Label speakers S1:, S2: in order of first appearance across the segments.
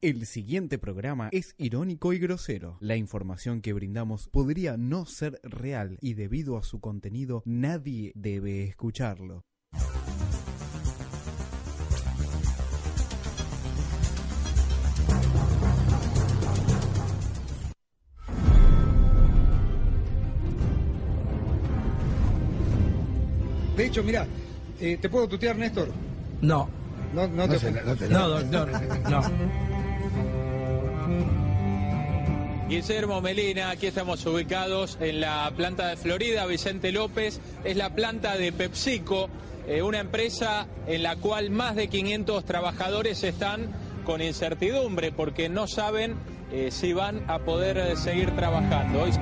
S1: El siguiente programa es irónico y grosero. La información que brindamos podría no ser real y debido a su contenido nadie debe escucharlo.
S2: De hecho, mira, eh, ¿te puedo tutear, Néstor?
S3: No,
S2: No, no,
S4: No
S2: te
S4: se la-
S2: ofendas.
S4: no te la-
S3: no, doctor, no.
S5: Guillermo Melina, aquí estamos ubicados en la planta de Florida, Vicente López, es la planta de PepsiCo, eh, una empresa en la cual más de 500 trabajadores están con incertidumbre porque no saben eh, si van a poder eh, seguir trabajando. Hoy-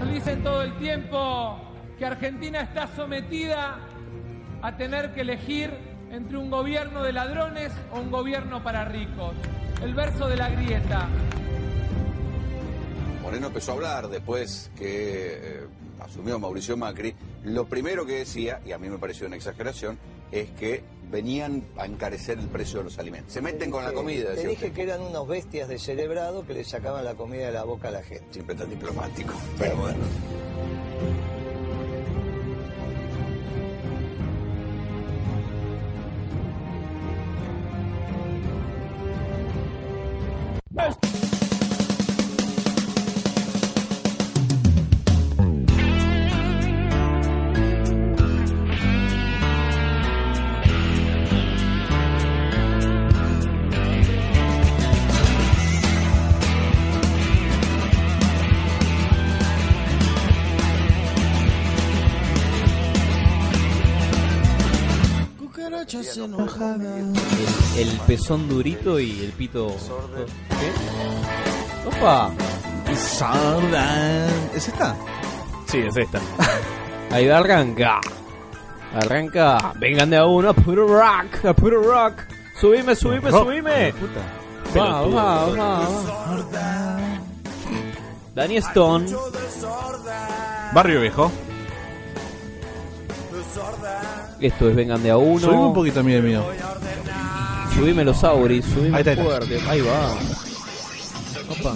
S6: Nos dicen todo el tiempo que Argentina está sometida a tener que elegir entre un gobierno de ladrones o un gobierno para ricos. El verso de la grieta.
S7: Moreno empezó a hablar después que eh, asumió Mauricio Macri. Lo primero que decía, y a mí me pareció una exageración, es que venían a encarecer el precio de los alimentos. Se meten con la
S8: Te
S7: comida, decía
S8: dije
S7: usted.
S8: que eran unos bestias de cerebrado que le sacaban la comida de la boca a la gente.
S7: Siempre tan diplomático, pero bueno.
S4: Cucarachas enojadas.
S9: El, el pezón durito y el pito. ¿Qué? ¡Opa!
S4: ¿Es esta?
S9: Sí, es esta. Ahí va, arranca. Arranca. Vengan de a uno. A put a rock. A put a rock. Subime, subime, subime. Va, va, va, va. Danny Stone.
S10: Barrio Viejo.
S9: Esto es Vengan de a uno.
S4: Subime un poquito, mire mío.
S9: Subime los auris. Subime
S4: Ahí está, ahí está.
S9: fuerte. Ahí va. Opa.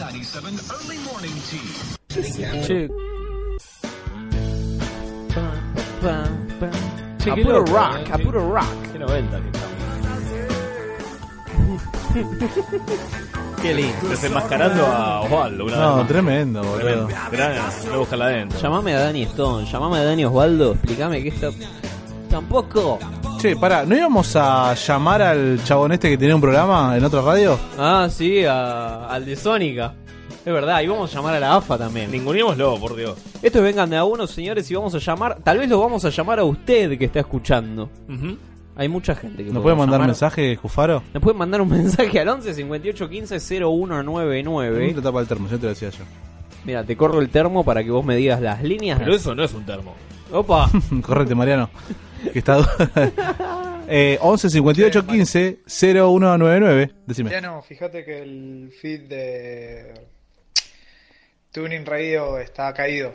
S9: Che. Pa, pa, pa.
S3: Che,
S9: A
S3: qué
S9: put a
S3: loco,
S9: rock.
S3: eh,
S9: A
S3: qué-
S9: put a rock.
S3: Qué 90 que estamos.
S9: Qué lindo.
S10: Desenmascarando a Osvaldo una
S4: No,
S10: vez
S4: tremendo, boludo.
S10: más. Gran, no buscarla adentro.
S9: Llamame a Danny Stone, llamame a Danny Osvaldo, explícame que esto. Tampoco.
S4: Che, pará, ¿no íbamos a llamar al chabón este que tenía un programa en otra radio?
S9: Ah, sí, a- al de Sónica. Es verdad, y vamos a llamar a la AFA también.
S10: Ninguneémoslo, por Dios.
S9: Esto es vengan de a uno, señores, y vamos a llamar. Tal vez lo vamos a llamar a usted que está escuchando.
S10: Ujú.
S9: Hay mucha gente que
S4: ¿No puede mandar
S9: llamar.
S4: mensaje, Cufaro?
S9: Nos pueden mandar un mensaje al 11 58 15
S4: ¿Eh?
S9: 0199.
S4: tapa el termo, yo te lo decía yo.
S9: Mira, te corro el termo para que vos me digas las líneas.
S10: Pero eso no es un termo.
S9: Opa.
S4: Correte, Mariano. Que está eh, 11 58 15 0199. Decime.
S2: Ya no, fíjate que el feed de Tuning Radio está caído.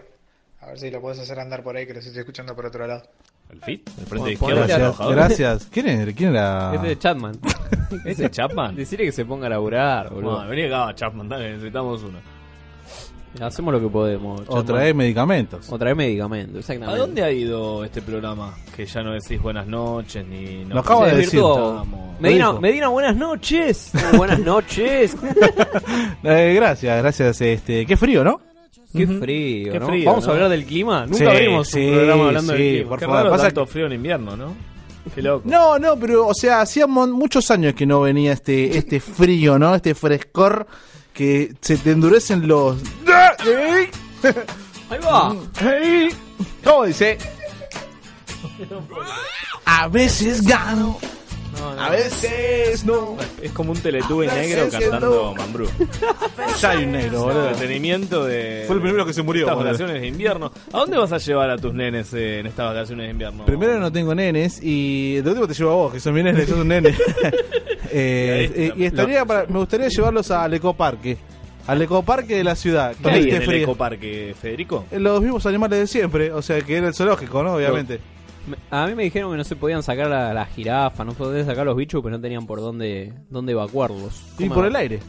S2: A ver si lo puedes hacer andar por ahí, que lo estoy escuchando por otro lado.
S10: El fit, el frente de
S9: Pon- ponle
S10: izquierda.
S9: a-
S10: el
S4: Gracias.
S10: trabajador.
S4: gracias. ¿Quién, era- ¿Quién era?
S9: Este es de Chapman.
S10: ¿Ese ¿Este es Chapman?
S9: Decirle que se ponga a laburar, boludo.
S10: No, vení acá, Chapman, dale, necesitamos uno.
S9: Hacemos lo que podemos.
S4: O
S9: Chapman.
S4: trae E, medicamentos.
S9: O trae medicamento, exactamente.
S10: ¿A dónde ha ido este programa? Que ya no decís buenas noches ni...
S4: Lo acabo
S9: Se
S4: de decir.
S9: desvirtuó.
S10: Estamos.
S9: Medina,
S4: Lo dijo.
S9: Medina, buenas noches. Oh, buenas noches.
S4: Eh, gracias, gracias. Este, qué frío, ¿no?
S9: Qué frío,
S10: Qué
S9: ¿no?
S10: frío,
S9: Vamos
S10: ¿no?
S9: a hablar del clima. Nunca
S4: Sí,
S9: abrimos
S4: sí,
S9: un programa hablando
S4: sí,
S9: del clima.
S4: por
S10: Por Qué
S4: favor,
S10: raro
S4: pasa
S10: tanto frío en invierno, ¿no? Qué loco.
S4: No, no, pero, o sea, hacía mon- muchos años que no venía este, este frío, ¿no? Este frescor que se te endurecen los.
S9: Ahí va.
S4: Mm. ¿Cómo dice? A veces gano,
S9: No, no.
S4: a veces no.
S10: Es como un teletube negro
S4: veces
S10: cantando Mambrú.
S4: Ya hay un negro, boludo.
S10: Entretenimiento de...
S4: Fue el primero que se murió,
S10: Estas
S4: boludo.
S10: vacaciones de invierno. ¿A dónde vas a llevar a tus nenes eh, en estas vacaciones de invierno?
S4: Primero no tengo nenes y de último te llevo a vos, que son mi nene, sos un nene. Eh,
S10: Y ahí
S4: y, y estaría para- me gustaría llevarlos al ecoparque, al ecoparque de la ciudad.
S10: ¿Qué
S4: con
S10: hay
S4: este
S10: en el
S4: frío. Eh,
S10: ecoparque, Federico?
S4: Los mismos animales de siempre, o sea que era el zoológico, ¿no? Obviamente.
S9: Me- A mí me dijeron que no se podían sacar la, la jirafa, no podían sacar los bichos, pero no tenían por dónde, dónde evacuarlos.
S4: Y por el aire.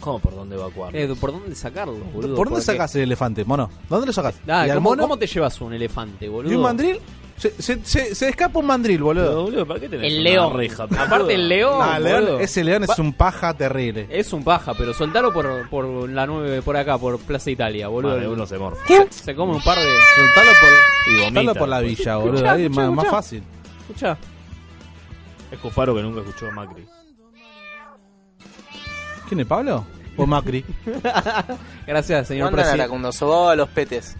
S10: ¿Cómo por dónde evacuar?
S9: Eh, ¿Por dónde sacarlos, boludo?
S4: ¿Por dónde
S9: Porque-
S4: sacas el elefante, mono? ¿Dónde lo sacas?
S9: Ah,
S4: ¿Y al
S9: ¿cómo,
S4: mono?
S9: cómo te llevas un elefante, boludo?
S4: ¿Y un mandril? Se, se- se- se escapa un mandril, boludo.
S10: boludo, ¿para qué tenés
S9: El
S10: una
S9: león.
S10: reja,
S9: Aparte el león,
S4: Ah, el león-
S9: boludo.
S4: ese león
S9: Va-
S4: es un paja terrible.
S9: Es un paja, pero soltalo por, por la 9, por acá, por Plaza Italia, boludo.
S10: Vale, uno se morfa.
S9: Se come un par de...
S4: Soltalo por,
S10: Y vomita.
S4: soltalo por la villa, boludo. Ahí es
S9: escuchá,
S4: más, más
S9: escuchá.
S4: fácil.
S9: Escucha,
S10: Es Cufaro que nunca escuchó a Macri.
S4: ¿Quién es Pablo? ¿O Macri?
S9: gracias, señor
S11: Mandan a la
S9: presidente.
S11: Condosobó, los petes.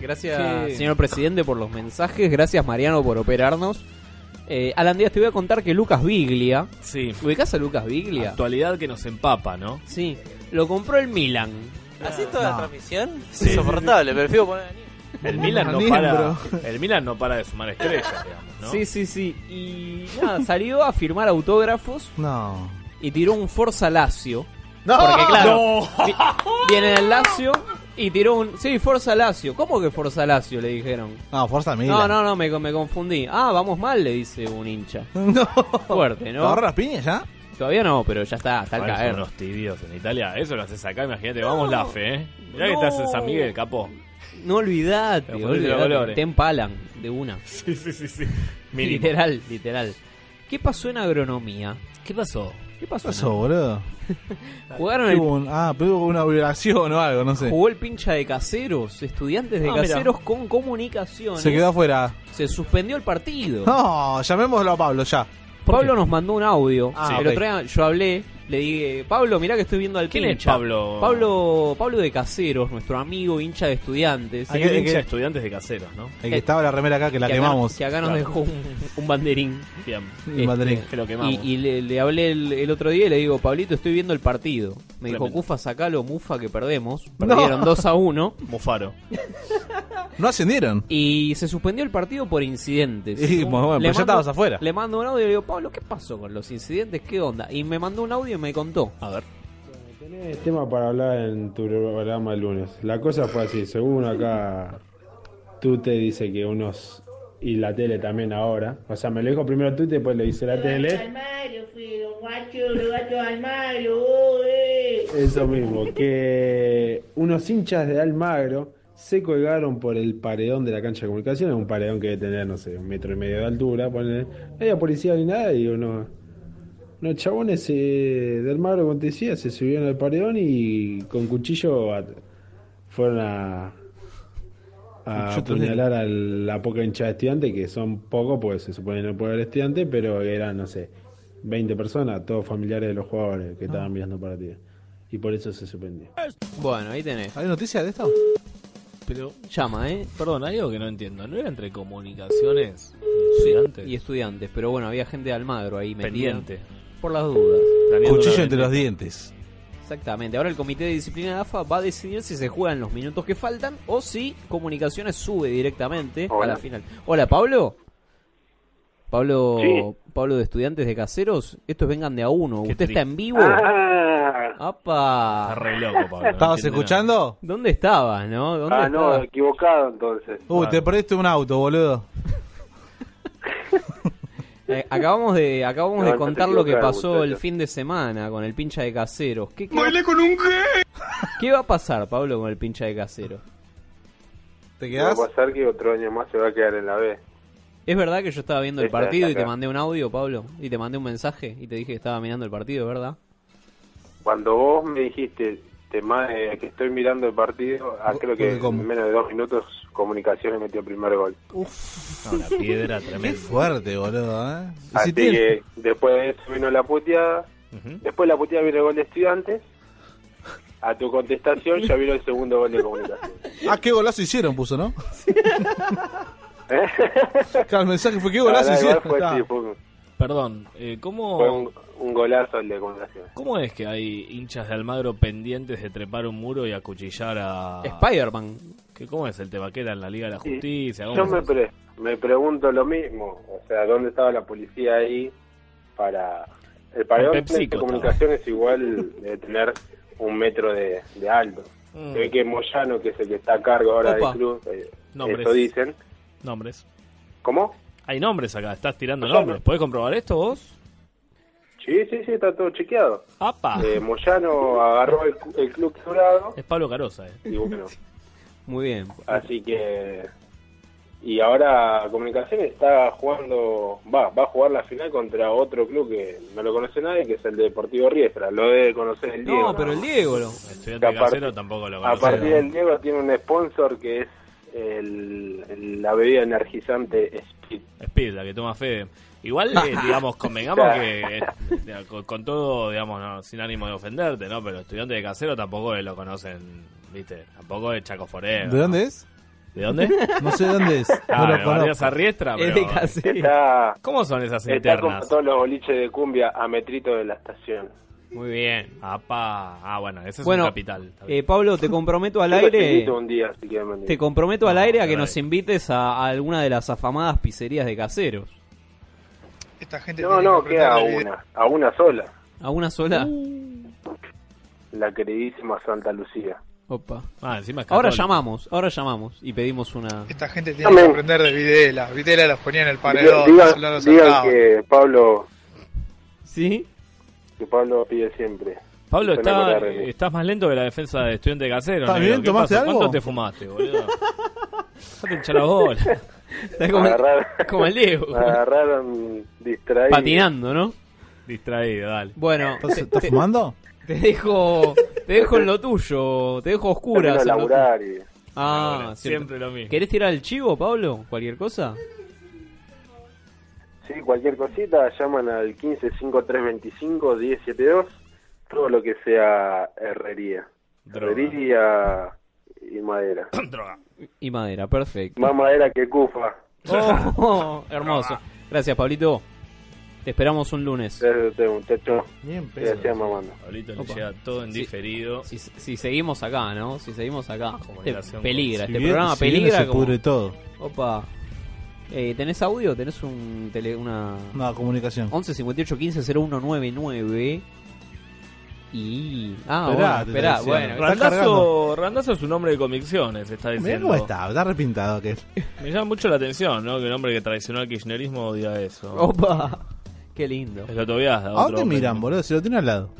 S9: Gracias, señor presidente, por los mensajes. Gracias, Mariano, por operarnos. Eh, Alan Díaz, te voy a contar que Lucas Biglia...
S10: Sí.
S9: ¿Ubicás a Lucas Biglia?
S10: Actualidad que nos empapa, ¿no?
S9: Sí. Lo compró el Milan.
S11: ¿Así toda la transmisión? Es insoportable, prefiero poner a Nico.
S10: El Milan no para, el Milan no para de sumar estrellas, digamos, ¿no?
S9: Sí, sí, sí. Y nada, salió a firmar autógrafos
S4: No.
S9: y tiró un Forza Lazio. Porque claro, vi- viene el Lazio y tiró un... Sí, Forza Lazio. ¿Cóo que Forza Lazio? Le dijeron.
S4: No, fuerza mía.
S9: No, no, no, me, me confundí. Ah, vamos mal, le dice un hincha. Fuerte, ¿no?
S4: ¿Agarra las piñas ya?
S9: Todavía no, pero ya está, está al
S10: Igual son
S9: caer.
S10: unos tibios en Italia. Eso lo haces acá, imagínate. Vamos, la fe, ¿eh? Mirá que
S9: No.
S10: estás en San Miguel, capo.
S9: No olvidate,
S10: Pero ponete los
S9: olvidate,
S10: colores.
S9: te empalan de una.
S10: Sí, sí, sí. sí.
S9: Literal, literal. ¿Qué pasó en agronomía?
S10: ¿Qué pasó?
S9: ¿Qué pasó?
S4: ¿Qué
S9: en
S4: pasó, boludo?
S9: agro- Jugaron el
S4: Hubo un- ah, pero hubo una violación o algo, no sé.
S9: Jugó el pincha de caseros, estudiantes de
S10: Ah, mira.
S9: caseros con comunicaciones.
S4: Se quedó Ah, afuera.
S9: Se suspendió el partido.
S4: No, llamémoslo a Pablo ya.
S9: Pablo nos mandó un audio.
S4: Ah,
S9: El
S4: ok.
S9: otro día yo hablé, le dije, Pablo, mirá que estoy viendo al
S10: ¿Quién es
S9: pincha.
S10: Pablo?
S9: Pablo? Pablo de Caseros, nuestro amigo hincha de estudiantes.
S10: Hay
S4: que-
S10: un
S4: hay
S10: hincha
S4: que-
S10: de estudiantes de caseros, ¿no?
S4: El
S9: Eh,
S4: que estaba la remera acá que la
S9: que acá-
S4: quemamos.
S9: que acá nos
S10: Claro.
S9: dejó un, un banderín. Este,
S10: Bien.
S4: El Madrid.
S10: Que lo quemamos.
S9: Y, y le, le hablé el, el otro día y le digo, Pablito, estoy viendo el partido. Me dijo,
S10: Tremendo.
S9: Cufa, sacalo, Mufa, que perdemos.
S4: No.
S9: Perdieron 2 a 1.
S10: Mufaro.
S4: No ascendieron.
S9: Y se suspendió el partido por incidentes.
S4: Y, bueno, pues, bueno, pero ya estabas afuera.
S9: Le mando un audio y le digo, Pablo, ¿qué pasó con los incidentes? ¿Qué onda? Y me mandó un audio y me contó.
S10: A ver.
S3: Tenés tema para hablar en tu programa el lunes. La cosa fue así, según acá tú te dice que unos y la tele también ahora, o sea, me lo dijo primero tú y después le dice la tele. Eso mismo, que unos hinchas de Almagro se colgaron por el paredón de la cancha de comunicaciones, un paredón que debe tener, no sé, un metro y medio de altura, ponele. No había policía ni nada y uno... Los chabones eh, del Magro, como te decía, se subieron al paredón y con cuchillo a- fueron a, a
S4: Yo te digo.
S3: apuñalar a la poca hinchada de estudiantes, que son pocos, pues se supone no puede haber estudiantes, pero eran, no sé, 20 personas, todos familiares de los jugadores que estaban mirando para ti. Y por eso se suspendió.
S9: Bueno, ahí tenés.
S4: ¿Hay noticias de esto?
S10: Pero,
S9: Llama, ¿eh?
S10: perdón, hay algo que no entiendo. ¿No era entre comunicaciones y estudiantes?
S9: Y estudiantes. Pero bueno, había gente de Almagro ahí metida.
S10: pendiente.
S9: Por las dudas.
S10: Planeando
S4: Cuchillo
S10: una
S4: entre los
S10: vendetta.
S4: dientes.
S9: Exactamente. Ahora el comité de disciplina de AFA va a decidir si se juegan los minutos que faltan o si Comunicaciones sube directamente a la final. Hola, Pablo. Pablo, Pablo de Estudiantes de Caseros, estos vengan de a uno.
S10: Qué
S9: ¿Usted
S10: triste.
S9: está en vivo? ¡Apa!
S10: Está re loco, Pablo. no
S4: ¿Estabas
S10: entiendo
S4: escuchando?
S9: ¿Dónde estabas, Ah, no? ¿Dónde estabas?
S3: Ah, equivocado entonces.
S4: Uy, te perdiste un auto, boludo.
S9: Eh, acabamos de, acabamos
S3: No,
S9: de
S3: no te
S9: contar lo que
S3: equivocás,
S9: pasó
S3: muchacho.
S9: el fin de semana con el pincha de caseros. ¿Qué, qué, va, qué va a pasar, Pablo, con el pincha de caseros?
S4: ¿Te quedás?
S3: pasar que otro año más se va a quedar en la B.
S9: ¿Es verdad que yo estaba viendo el
S3: Esa es
S9: partido y
S3: acá.
S9: te mandé un audio, Pablo? Y te mandé un mensaje y te dije que estaba mirando el partido, ¿verdad?
S3: Cuando vos me dijiste tema que estoy mirando el partido, a creo que
S4: ¿Cómo?
S3: en menos de dos minutos Comunicaciones metió el primer gol.
S10: nada. Una piedra
S4: Qué
S10: tremenda.
S4: fuerte, boludo, ¿eh? Y
S3: Así
S4: si tiene-
S3: que después de eso vino la puteada,
S10: Ujú.
S3: después de la puteada vino el gol de estudiantes, a tu contestación ya vino el segundo gol de Comunicaciones.
S4: Ah, qué golazo hicieron, puso, ¿no?
S3: ¿Eh?
S4: Claro, el mensaje fue qué
S3: La
S4: golazo
S3: verdad, igual
S4: hicieron.
S3: fue,
S4: Ah,
S3: sí, fue un,
S10: Perdón, eh,
S3: fue
S10: ¿cómo,
S3: un- un golazo el de Comunicaciones.
S10: ¿cómo es que hay hinchas de Almagro pendientes de trepar un muro y acuchillar a...
S9: Spider-Man.
S10: ¿Qué- ¿Cómo es el tema? ¿Qué era en la Liga de la
S3: Sí.
S10: Justicia? ¿Cómo
S3: Yo
S10: es
S3: me,
S10: eso?
S3: pre- me pregunto lo mismo, o sea, ¿dónde estaba la policía ahí para... El paredón de
S10: PepsiCo
S3: comunicaciones igual de tener un metro de, de alto.
S10: Mm.
S3: Se ve que Moyano, que es el que está a cargo ahora
S9: Opa.
S3: del club, eh,
S10: Nombres.
S3: eso dicen,
S10: Nombres.
S12: ¿Cómo?
S10: Hay nombres acá, estás tirando nombres. ¿Podés comprobar esto vos?
S12: Sí, sí, sí, está todo chequeado.
S10: ¡Apa!
S12: Eh, Moyano agarró el, cu- el club dorado
S10: Es Pablo Carosa, eh.
S12: y bueno,
S9: Muy bien.
S12: así que... Y ahora Comunicaciones está jugando, va, va a jugar la final contra otro club que no lo conoce nadie, que es el Deportivo Riestra. Lo debe conocer el Diego.
S9: No, pero el Diego lo.
S10: Estudiante
S12: A partir-
S10: casero tampoco lo
S12: A
S10: conoce.
S12: partir del Diego tiene un sponsor que es el- el- la bebida energizante Speed.
S10: Speed, la que toma Fede. Igual, eh, digamos, convengamos que, eh, eh, con, con todo, digamos, no, sin ánimo de ofenderte, ¿no? Pero estudiante de casero tampoco lo conocen, ¿viste? Tampoco es Chaco Forever.
S4: ¿De dónde es?
S10: ¿De dónde?
S4: No sé de dónde es.
S10: Ah,
S4: no
S10: me
S4: lo
S10: bardeás
S4: conozco.
S10: a Riestra, Ah, pero... este
S12: Es de casero. Está-
S10: ¿Cómo son esas
S12: Está como
S10: internas?
S12: todos los boliches de cumbia a metrito de la estación.
S9: Muy bien.
S10: Apa. Ah, bueno, ese es
S9: Bueno,
S10: un capital.
S9: eh, Pablo, te comprometo al
S12: Yo lo
S9: aire.
S12: felicito un día, si quieren venir.
S9: Te comprometo al aire a que
S12: dale.
S9: nos invites a, a alguna de las afamadas pizzerías de caseros.
S2: Esta gente
S12: No,
S2: tiene
S12: no,
S2: que
S12: queda a
S2: apretar el video.
S12: una, a una sola,
S9: ¿A una sola?
S12: Uh. la queridísima Santa Lucía.
S9: Opa.
S10: Ah, encima es
S9: ahora
S10: católico.
S9: llamamos, ahora llamamos y pedimos una.
S2: Esta gente tiene que aprender de Videla. Videla los ponía en el paredón.
S12: Digan-
S2: solo los
S12: digan
S2: sacaba.
S12: que Pablo,
S9: ¿Sí?
S12: que Pablo pide siempre.
S10: Pablo,
S12: Se
S10: está-
S12: enamora de mí.
S10: estás más lento que la defensa de estudiante de casero.
S12: ¿Está
S10: negro.
S12: bien?
S10: ¿Qué
S12: ¿Tomaste
S10: pasa?
S12: algo?
S10: ¿Cuánto te fumaste, boludo? Dejate hinchar los bolas. eh,
S9: Está como,
S12: Agarraron-
S9: el, como el Diego.
S12: Me agarraron distraído.
S9: Patinando, ¿no?
S10: Distraído, dale.
S9: Bueno, te,
S4: ¿Estás
S9: te-
S4: fumando?
S9: te dejo, te dejo en lo tuyo, te dejo a oscuras.
S12: Termino
S9: en lo
S12: de laburar y-
S9: Ah,
S10: Siempre
S9: cierto.
S10: lo mismo.
S9: ¿Querés tirar el chivo, Pablo? ¿Cualquier cosa?
S12: Sí, cualquier cosita, llaman al 15 5325 1072, todo lo que sea herrería.
S10: Droga.
S12: Herrería y madera.
S10: Droga.
S9: Y madera, perfecto.
S12: Más madera que cufa.
S9: Oh, hermoso. Gracias, Pablito. Te esperamos un lunes.
S12: Gracias a usted, muchacho.
S4: Bien,
S9: pedo.
S12: Gracias, mamando.
S10: Pablito le
S9: Opa.
S10: llega todo en
S9: Sí.
S10: diferido.
S9: Si, si seguimos acá, ¿no? Si seguimos acá. Este
S10: Comunicación
S9: peligra,
S10: con- Si
S9: este
S4: bien-
S9: programa
S4: si bien
S9: peligra.
S4: se
S9: como-
S4: pudre todo.
S9: Opa. Eh, ¿Tenés audio? ¿Tenés un tele, una...
S4: No, comunicación.
S9: 11 58 15 0199 Y... Ah,
S4: Esperá,
S9: bueno,
S4: te
S9: esperá,
S4: estoy diciendo.
S9: bueno.
S4: Está cargando.
S10: Randazo, Randazo es un hombre de convicciones, está
S4: Mirá
S10: diciendo.
S4: cómo está, está repintado que
S10: Me llama mucho la atención, ¿no? Que un hombre que traicionó al kirchnerismo diga eso.
S9: Opa. Qué lindo.
S10: Es la Tobiasda,
S4: ¿A
S10: otro
S4: dónde
S10: hombre.
S4: miran, boludo? Si lo tiene al lado.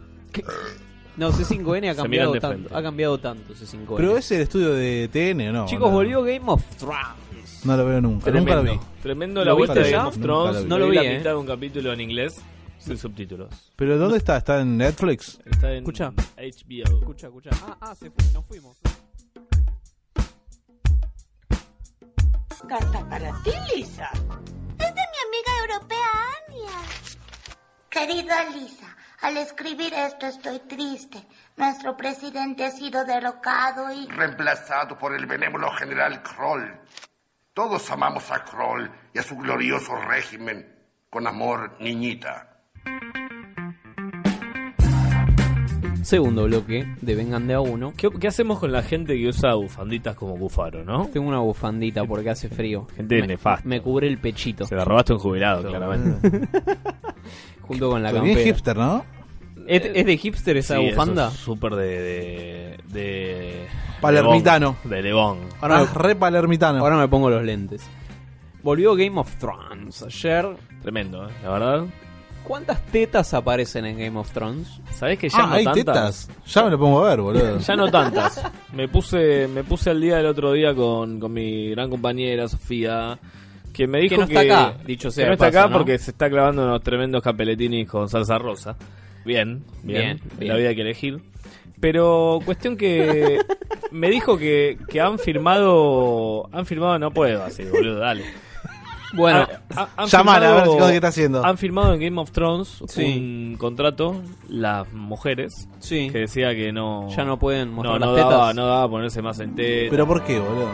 S9: No, C5N ha
S10: Se
S9: cambiado
S10: miran de
S9: tanto.
S10: frente.
S9: Ha cambiado tanto C5N.
S4: Pero es el estudio de TN, ¿o no?
S9: Chicos,
S4: no,
S9: volvió Game of Thrones.
S4: No lo veo nunca, nunca lo vi.
S10: Tremendo
S9: ¿Lo
S10: la vuelta
S9: viste
S10: de
S9: ya?
S10: Game of
S9: Nunca lo
S10: Thrones.
S9: vi. No lo vi,
S10: la
S9: eh.
S10: mitad de un capítulo en inglés sin subtítulos.
S4: ¿Pero dónde está? ¿Está en Netflix?
S10: Está en
S9: Escucha.
S10: HBO.
S9: Escucha, escucha. Ah, ah, se fue, nos fuimos.
S13: Carta para ti, Lisa.
S14: Es de mi amiga europea Ania. Querida Lisa, al escribir esto estoy triste. Nuestro presidente ha sido derrocado y...
S15: reemplazado por el benévolo general Kroll. Todos amamos a Kroll y a su glorioso régimen. Con amor, niñita.
S9: Segundo bloque de Vengan de a uno.
S10: ¿Qué, qué hacemos con la gente que usa bufanditas como Cufaro, no?
S9: Tengo una bufandita porque hace frío.
S10: Gente
S9: me,
S10: nefasta.
S9: Me cubre el pechito.
S10: Se la robaste a un jubilado, claramente.
S9: Junto con la
S4: Pero bien
S9: campera.
S4: hipster, ¿no?
S9: ¿Es, es de hipster esa
S10: Sí, eso
S9: bufanda?
S10: es Súper de, de, de.
S4: Palermitano.
S10: De Lebón.
S4: Ahora es re palermitano.
S9: Ahora me pongo los lentes. Volvió Game of Thrones ayer.
S10: Tremendo, ¿eh? La verdad.
S9: ¿Cuántas tetas aparecen en Game of Thrones?
S10: ¿Sabés que ya
S4: Ah,
S10: no
S4: hay
S10: tantas?
S4: tetas. Ya me lo pongo a ver, boludo.
S10: Ya no tantas. Me puse, me puse al día del otro día con, con mi gran compañera Sofía, que me dijo
S9: Que no está acá, dicho sea
S10: que no está
S9: de paso,
S10: acá
S9: ¿no?
S10: porque se está clavando unos tremendos capeletinis con salsa rosa. Bien, bien,
S9: Bien, bien.
S10: la vida hay que elegir. Pero cuestión que me dijo que, que han firmado, han firmado no puedo así, boludo, dale.
S9: Bueno,
S10: Ha- han
S4: llamala, a ver,
S10: firmado-
S4: chicos, qué está haciendo.
S10: Han firmado en Game of Thrones
S9: Sí.
S10: un contrato las mujeres
S9: Sí.
S10: que decía que no
S9: Ya no pueden mostrar
S10: no, no
S9: las tetas.
S10: Daba, no daba ponerse más en teta.
S4: ¿Pero por qué, boludo?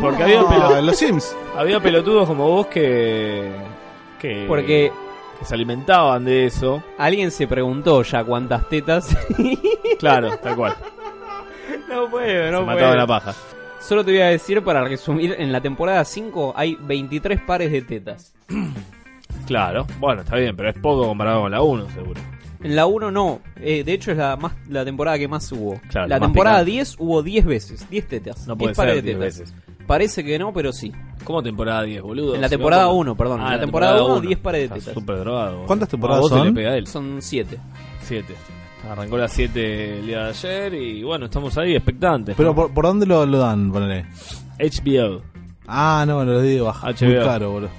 S10: Porque había,
S4: Ah,
S10: pelo-
S4: los Sims.
S10: había pelotudos como vos que. que
S9: Porque-
S10: que se alimentaban de eso.
S9: Alguien se preguntó ya cuántas tetas.
S10: Claro, tal cual.
S9: no puedo,
S10: se mataban la paja.
S9: Solo te voy a decir para resumir, en la temporada 5 hay 23 pares de tetas.
S10: Claro, bueno, está bien, pero es poco comparado con la 1, seguro.
S9: En la 1 no, Eh, de hecho es la más la temporada que más hubo.
S10: Claro,
S9: la
S10: la más
S9: temporada
S10: picante.
S9: 10 hubo 10 veces, 10 tetas.
S10: No
S9: 10
S10: puede
S9: pares
S10: ser
S9: de
S10: 10
S9: tetas.
S10: veces.
S9: Parece que no, pero sí.
S10: ¿Cómo temporada 10, boludo?
S9: En la
S10: Si
S9: temporada
S10: vamos-
S9: 1, perdón.
S10: Ah,
S9: en la temporada 1, 10 pares de
S10: Está
S9: tetas.
S10: súper drogado. boludo.
S4: ¿Cuántas
S10: A
S4: temporadas
S10: vos se
S4: son?
S10: le pega a él.
S9: Son 7.
S10: 7. Arrancó las 7 el día de ayer y bueno, estamos ahí expectantes.
S4: Pero ¿por, por dónde lo, lo dan, ponele?
S10: HBO.
S4: Ah, no, lo digo baja. Muy
S10: HBO.
S4: caro, boludo.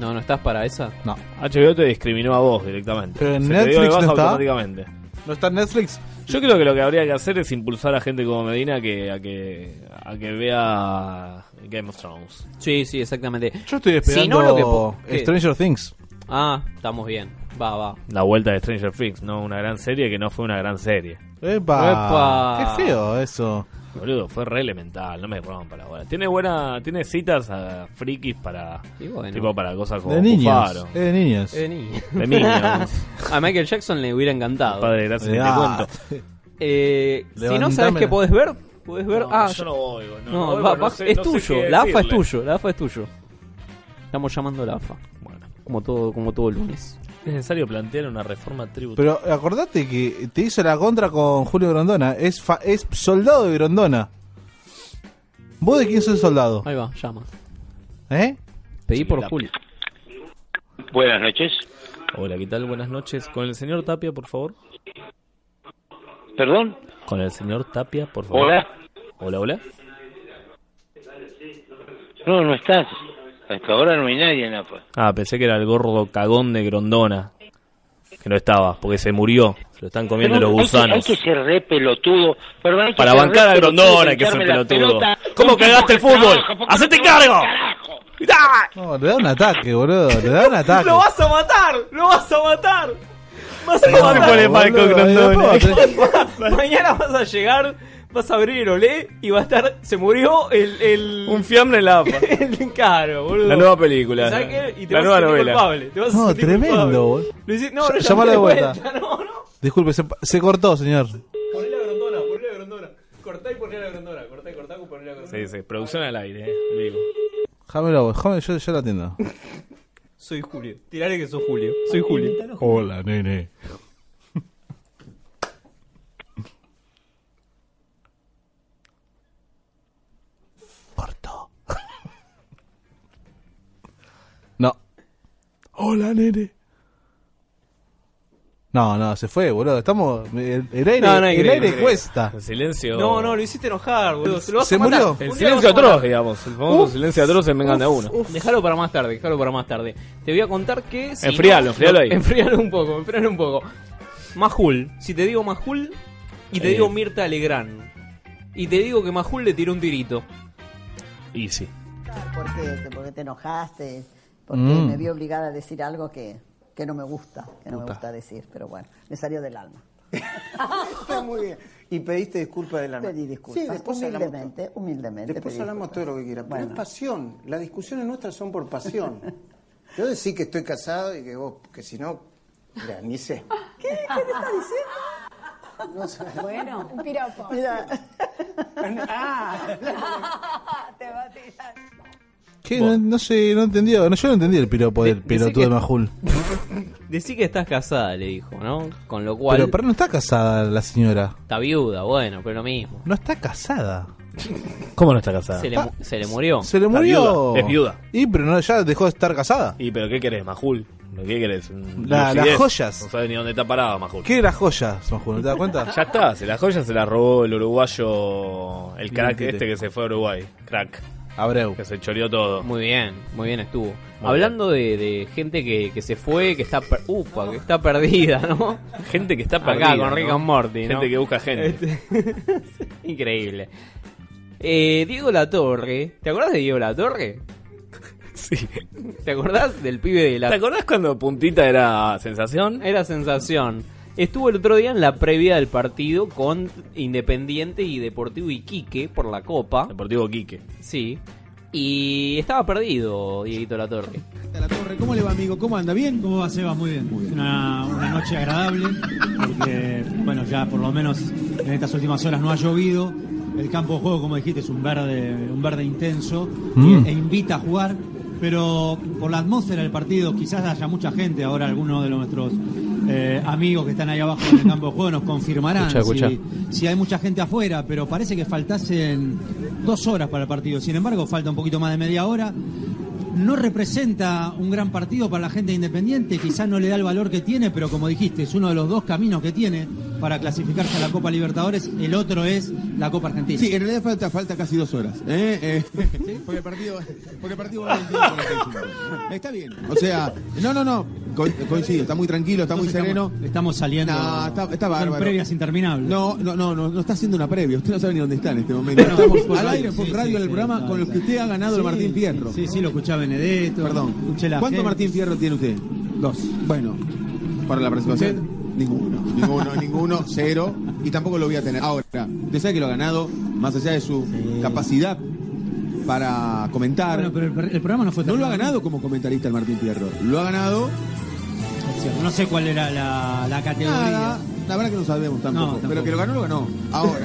S9: No, no estás para esa.
S4: No.
S10: HBO te discriminó a vos directamente.
S4: Pero en
S10: Se te dio de
S4: Netflix
S10: baja
S4: no está.
S10: automáticamente.
S4: ¿No está en Netflix?
S10: Yo creo que lo que habría que hacer es impulsar a gente como Medina que, a que a que vea Game of Thrones.
S9: Sí, sí, exactamente.
S4: Yo estoy
S9: Si no, lo que po-
S4: esperando
S9: ¿qué?
S4: Stranger Things.
S9: Ah, estamos bien. Va, va.
S10: La vuelta de Stranger Things, no una gran serie que no fue una gran serie.
S4: Epa. Qué feo eso.
S10: Boludo, fue re elemental, no me rompan para ahora. Tiene buena, tiene citas a frikis para
S9: bueno.
S10: tipo para cosas como
S4: De niños,
S10: Cufaro.
S4: es de niños.
S9: Es de niños.
S10: De niños.
S9: a Michael Jackson le hubiera encantado.
S10: Padre, gracias que te
S9: Ah.
S10: cuento.
S9: Eh, si no sabes
S10: Levantámela.
S9: qué podés ver, podés ver.
S10: No,
S9: ah,
S10: yo no voy, no,
S9: no,
S10: no voy,
S9: va-
S10: porque no
S9: va-
S10: sé-
S9: es
S10: no sé
S9: tuyo.
S10: qué
S9: La AFA es
S10: decirle.
S9: tuyo. La AFA es tuyo. Estamos llamando a la AFA. Como todo, como todo lunes.
S10: Es necesario plantear una reforma tributaria.
S4: Pero acordate que te hizo la contra con Julio Grondona. Es, fa- es soldado de Grondona. ¿Vos de quién sos soldado?
S9: Ahí va, llama.
S4: ¿Eh?
S9: Pedí por Julio.
S10: Buenas noches. Hola, ¿qué tal? Buenas noches. Con el señor Tapia, por favor.
S13: ¿Perdón?
S10: Con el señor Tapia, por favor.
S13: Hola.
S10: Hola, hola.
S13: No, no estás. Hasta ahora no hay nadie en APA.
S10: Ah, pensé que era el gordo cagón de Grondona. Que no estaba, porque se murió. Se lo están comiendo
S13: Pero
S10: los
S13: hay que-
S10: gusanos.
S13: Hay que, ser re pelotudo. Perdón, hay que
S10: Para
S13: ser
S10: bancar
S13: re
S10: a
S13: pelotudo,
S10: Grondona hay que ser
S13: bancarme las
S10: pelotudo.
S13: pelotas.
S10: ¿Cómo cagaste el fútbol?
S13: Carajo, ¿por qué no
S10: ¡Hacete
S13: te vas,
S10: cargo!
S13: carajo?
S4: No, le da un ataque, boludo. Le da un ataque.
S9: ¡Lo vas a matar! ¡Lo vas a matar! ¡Vas a
S4: No,
S9: matar!
S4: ponele Marco
S9: Boludo, ¿qué
S4: Grondona.
S9: pasa? Mañana vas a llegar, vas a abrir el olé y va a estar. Se murió el. el...
S10: Un fiambre en la APA.
S9: el caro, boludo.
S10: La nueva película.
S9: ¿Sabes qué? Y te
S10: La
S9: vas
S10: nueva
S9: a sentir
S10: novela.
S9: culpable. Te vas a
S4: No,
S9: sentir culpable.
S4: tremendo, boludo.
S9: Lo hici- no,
S4: Ll-
S9: lo
S4: llamalo de
S9: llamé
S4: vuelta.
S9: No, no.
S4: Disculpe, se, se cortó, señor.
S9: Ponle la grondona, ponle la grondona. Cortá y ponle la grondona. Cortá y cortá y ponle la grondona.
S10: Sí, sí, producción al aire, eh, digo.
S4: Déjamelo, vos, déjame, yo, yo lo atiendo.
S9: Soy Julio. Tirale que soy Julio. Soy Julio.
S4: Hola, nene. No. Hola, nene. No, no, se fue, boludo. Estamos. El, el aire,
S9: No, no hay
S4: el
S9: que-
S4: aire
S9: no hay que-
S4: cuesta.
S10: El silencio.
S9: No, no, lo hiciste enojar, boludo. Se, lo vas
S4: Se
S9: a matar.
S4: murió.
S9: Un día
S10: El
S9: lo
S10: silencio
S9: vas a matar.
S10: atroz, digamos. El famoso
S9: Uf,
S10: silencio atroz en Vengan de a
S9: uf,
S10: Uno.
S9: uf. Dejalo para más tarde, dejalo para más tarde. Te voy a contar que. si
S10: Enfrialo, enfrialo ahí.
S9: Enfrialo un poco, enfrialo un poco. Majul. Si te digo Majul y te
S10: Eh.
S9: digo Mirta Legrand. Y te digo que Majul le tiró un tirito.
S10: Y sí.
S16: ¿Por qué? ¿Te- ¿Por qué te enojaste? Porque
S9: Mm.
S16: me vi obligada a decir algo que, que no me gusta, que no me
S17: Puta.
S16: gusta decir, pero bueno, me salió del alma.
S17: Está muy bien. Y pediste disculpas de la
S16: Pedí disculpas,
S17: Sí, después hablamos.
S16: humildemente, humildemente.
S17: Después
S16: pedí
S17: hablamos todo
S16: disculpas.
S17: lo que quieras. Pero
S16: Bueno.
S17: es pasión. Las discusiones nuestras son por pasión. Yo decir que estoy casado y que vos, que si no, mira, ni sé.
S18: ¿Qué, qué te está diciendo?
S17: No sé.
S18: Bueno, un piropo.
S16: Mira.
S17: Ah.
S18: te va a tirar.
S4: ¿Qué? No, no sé, no entendió. No, yo no entendí el piropo del
S9: De-
S4: pelotudo
S9: decí
S4: de
S9: que-
S4: Majul.
S9: Decí que estás casada, le dijo, ¿no? Con lo cual.
S4: Pero, pero no está casada la señora.
S9: Está viuda, bueno, pero lo mismo.
S4: No está casada.
S10: ¿Cómo no está casada?
S9: Se le, mu- se le murió.
S4: Se le
S9: Está
S4: murió.
S9: viuda. Es viuda.
S4: Y pero no, ya dejó de estar casada.
S10: ¿Y pero qué querés, Majul? ¿Qué querés? Un-
S4: La-
S10: lucidez.
S4: las joyas.
S10: No sabes ni dónde está parado, Majul.
S4: ¿Qué las joyas, Majul? ¿No te das cuenta?
S10: Ya está, se las joyas se las robó el uruguayo, el crack
S4: Mentira.
S10: este que se fue a Uruguay. Crack.
S4: Abreu.
S10: Que se choreó todo.
S9: Muy bien, muy bien estuvo. Hablando de, de gente que, que se fue, que está per- upa, que está perdida, ¿no?
S10: Gente que está
S9: Acá
S10: perdida,
S9: con Rick
S10: ¿no?
S9: and Morty, ¿no?
S10: Gente que busca gente.
S9: Este- Increíble. Eh, Diego La Torre, ¿te acordás de Diego La Torre?
S10: Sí.
S9: ¿Te acordás del pibe de la
S10: ¿Te acordás cuando Puntita era sensación?
S9: Era sensación. Estuvo el otro día en la previa del partido con Independiente y Deportivo Iquique por la Copa.
S10: Deportivo Iquique.
S9: Sí. Y estaba perdido Dieguito La Torre.
S19: ¿Cómo le va, amigo? ¿Cómo anda? ¿Bien? ¿Cómo va, Sebas? Muy bien. Una, una noche agradable, porque, bueno, ya por lo menos en estas últimas horas no ha llovido. El campo de juego, como dijiste, es un verde, un verde intenso
S20: Mm.
S19: y- e invita a jugar. Pero por la atmósfera del partido, quizás haya mucha gente. Ahora, algunos de nuestros eh, amigos que están ahí abajo en el campo de juego nos confirmarán
S9: Escuchá,
S19: si-
S9: escuchá.
S19: si hay mucha gente afuera, pero parece que faltasen
S21: dos horas para el partido. Sin embargo, falta un poquito más de media hora. No representa un gran partido para la gente de independiente, quizás no le da el valor que tiene, pero como dijiste, es uno de los dos caminos que tiene para clasificarse a la Copa Libertadores. El otro es la Copa Argentina.
S4: Sí, en realidad falta, falta casi dos horas. ¿eh? Eh, porque el partido, porque el partido va a 21:45. Está bien. O sea, no, no, no. co- coincido, está muy tranquilo, está muy
S21: Entonces
S4: sereno.
S21: estamos- Estamos saliendo.
S4: No, está, está
S21: son
S4: bárbaro.
S21: previas interminables.
S4: No, no, no, no, no está haciendo una previa. Usted no sabe ni dónde está en este momento. Estamos al aire por radio en el programa con los que usted ha ganado el Martín Fierro.
S21: Sí, sí, lo escuchaba Benedetto.
S4: Perdón.
S21: escuché la
S4: ¿Cuánto
S21: gente.
S4: Martín Fierro tiene usted? Dos. Bueno, para la participación, ninguno. Ninguno, ninguno, cero. Y tampoco lo voy a tener. Ahora, usted sabe que lo ha ganado, más allá de su capacidad para comentar.
S21: Bueno, pero el, per- el programa no fue tan
S4: No lo ha
S21: mal.
S4: ganado como comentarista el Martín Fierro. Lo ha ganado.
S21: No sé cuál era la, la categoría.
S4: Nada, la verdad que no sabemos tampoco. Pero que lo ganó, lo ganó. Ahora,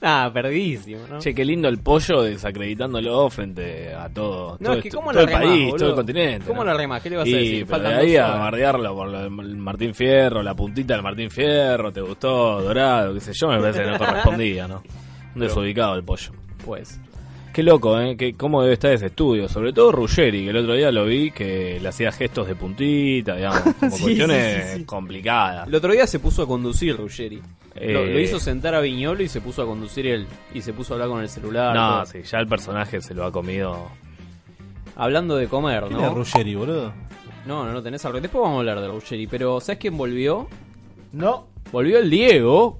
S10: Ah, perdísimo, Che, qué lindo el pollo desacreditándolo frente a todo,
S9: No,
S10: todo
S9: es que
S10: este-
S9: ¿cómo
S10: todo
S9: la
S10: el
S9: remás,
S10: país,
S9: boludo?
S10: todo el continente.
S9: ¿Cómo
S10: ¿no?
S9: la remás? ¿Qué le vas a
S10: Y,
S9: decir?
S10: pero de
S9: Faltan
S10: ahí
S9: dos
S10: a
S9: horas.
S10: bardearlo por lo del Martín Fierro, la puntita del Martín Fierro, ¿te gustó? Dorado, qué sé yo, me parece que no correspondía, ¿no? Un desubicado el pollo.
S9: Pues.
S10: Qué loco, ¿eh? Qué, ¿Cómo debe estar ese estudio? Sobre todo Ruggeri, que el otro día lo vi que le hacía gestos de puntita, digamos, como
S9: Sí,
S10: cuestiones
S9: sí, sí, sí.
S10: complicadas.
S9: El otro día se puso a conducir Ruggeri. Lo,
S10: Eh.
S9: lo hizo sentar a Viñolo y se puso a conducir él. Y se puso a hablar con el celular.
S10: No,
S9: todo.
S10: sí, ya el personaje se lo ha comido.
S9: Hablando de comer,
S10: ¿Quién
S9: ¿no?
S10: es
S9: Ruggeri, boludo? No, no, no tenés al Después vamos a hablar de Ruggeri. Pero, ¿sabes quién volvió?
S22: No.
S9: Volvió el Diego.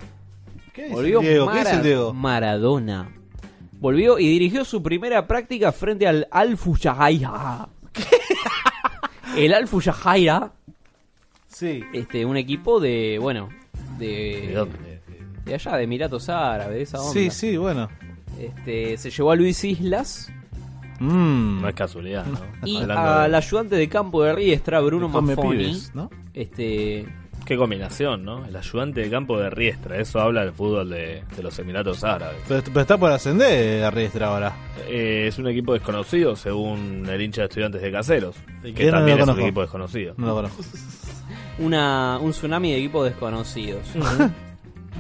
S9: ¿Qué
S22: es el Diego? ¿Qué es el Diego?
S9: Maradona. Volvió y dirigió su primera práctica frente al Al Fujairah. El Al Fujairah.
S22: Sí.
S9: Este, un equipo de, bueno, de... ¿De De allá, de Emiratos Árabes, de esa onda.
S22: Sí, sí, bueno.
S9: Este, se llevó a Luis Islas
S10: No es casualidad, ¿no?
S9: Mm. y
S10: Hablando
S9: al
S10: de-
S9: ayudante de campo de Riestra, Bruno
S10: de Come
S9: Maffoni.
S10: Pibes, ¿no?
S9: Este,
S10: Qué combinación, ¿no? El ayudante de campo de Riestra, eso habla del fútbol de, de los Emiratos Árabes.
S22: Pero, pero está por ascender a Riestra ahora.
S10: Eh, es un equipo desconocido, según el hincha de estudiantes de caseros, que
S22: Yo no lo
S10: también es un
S22: conozco.
S10: equipo desconocido.
S22: No lo conozco.
S9: una, un tsunami de equipos desconocidos.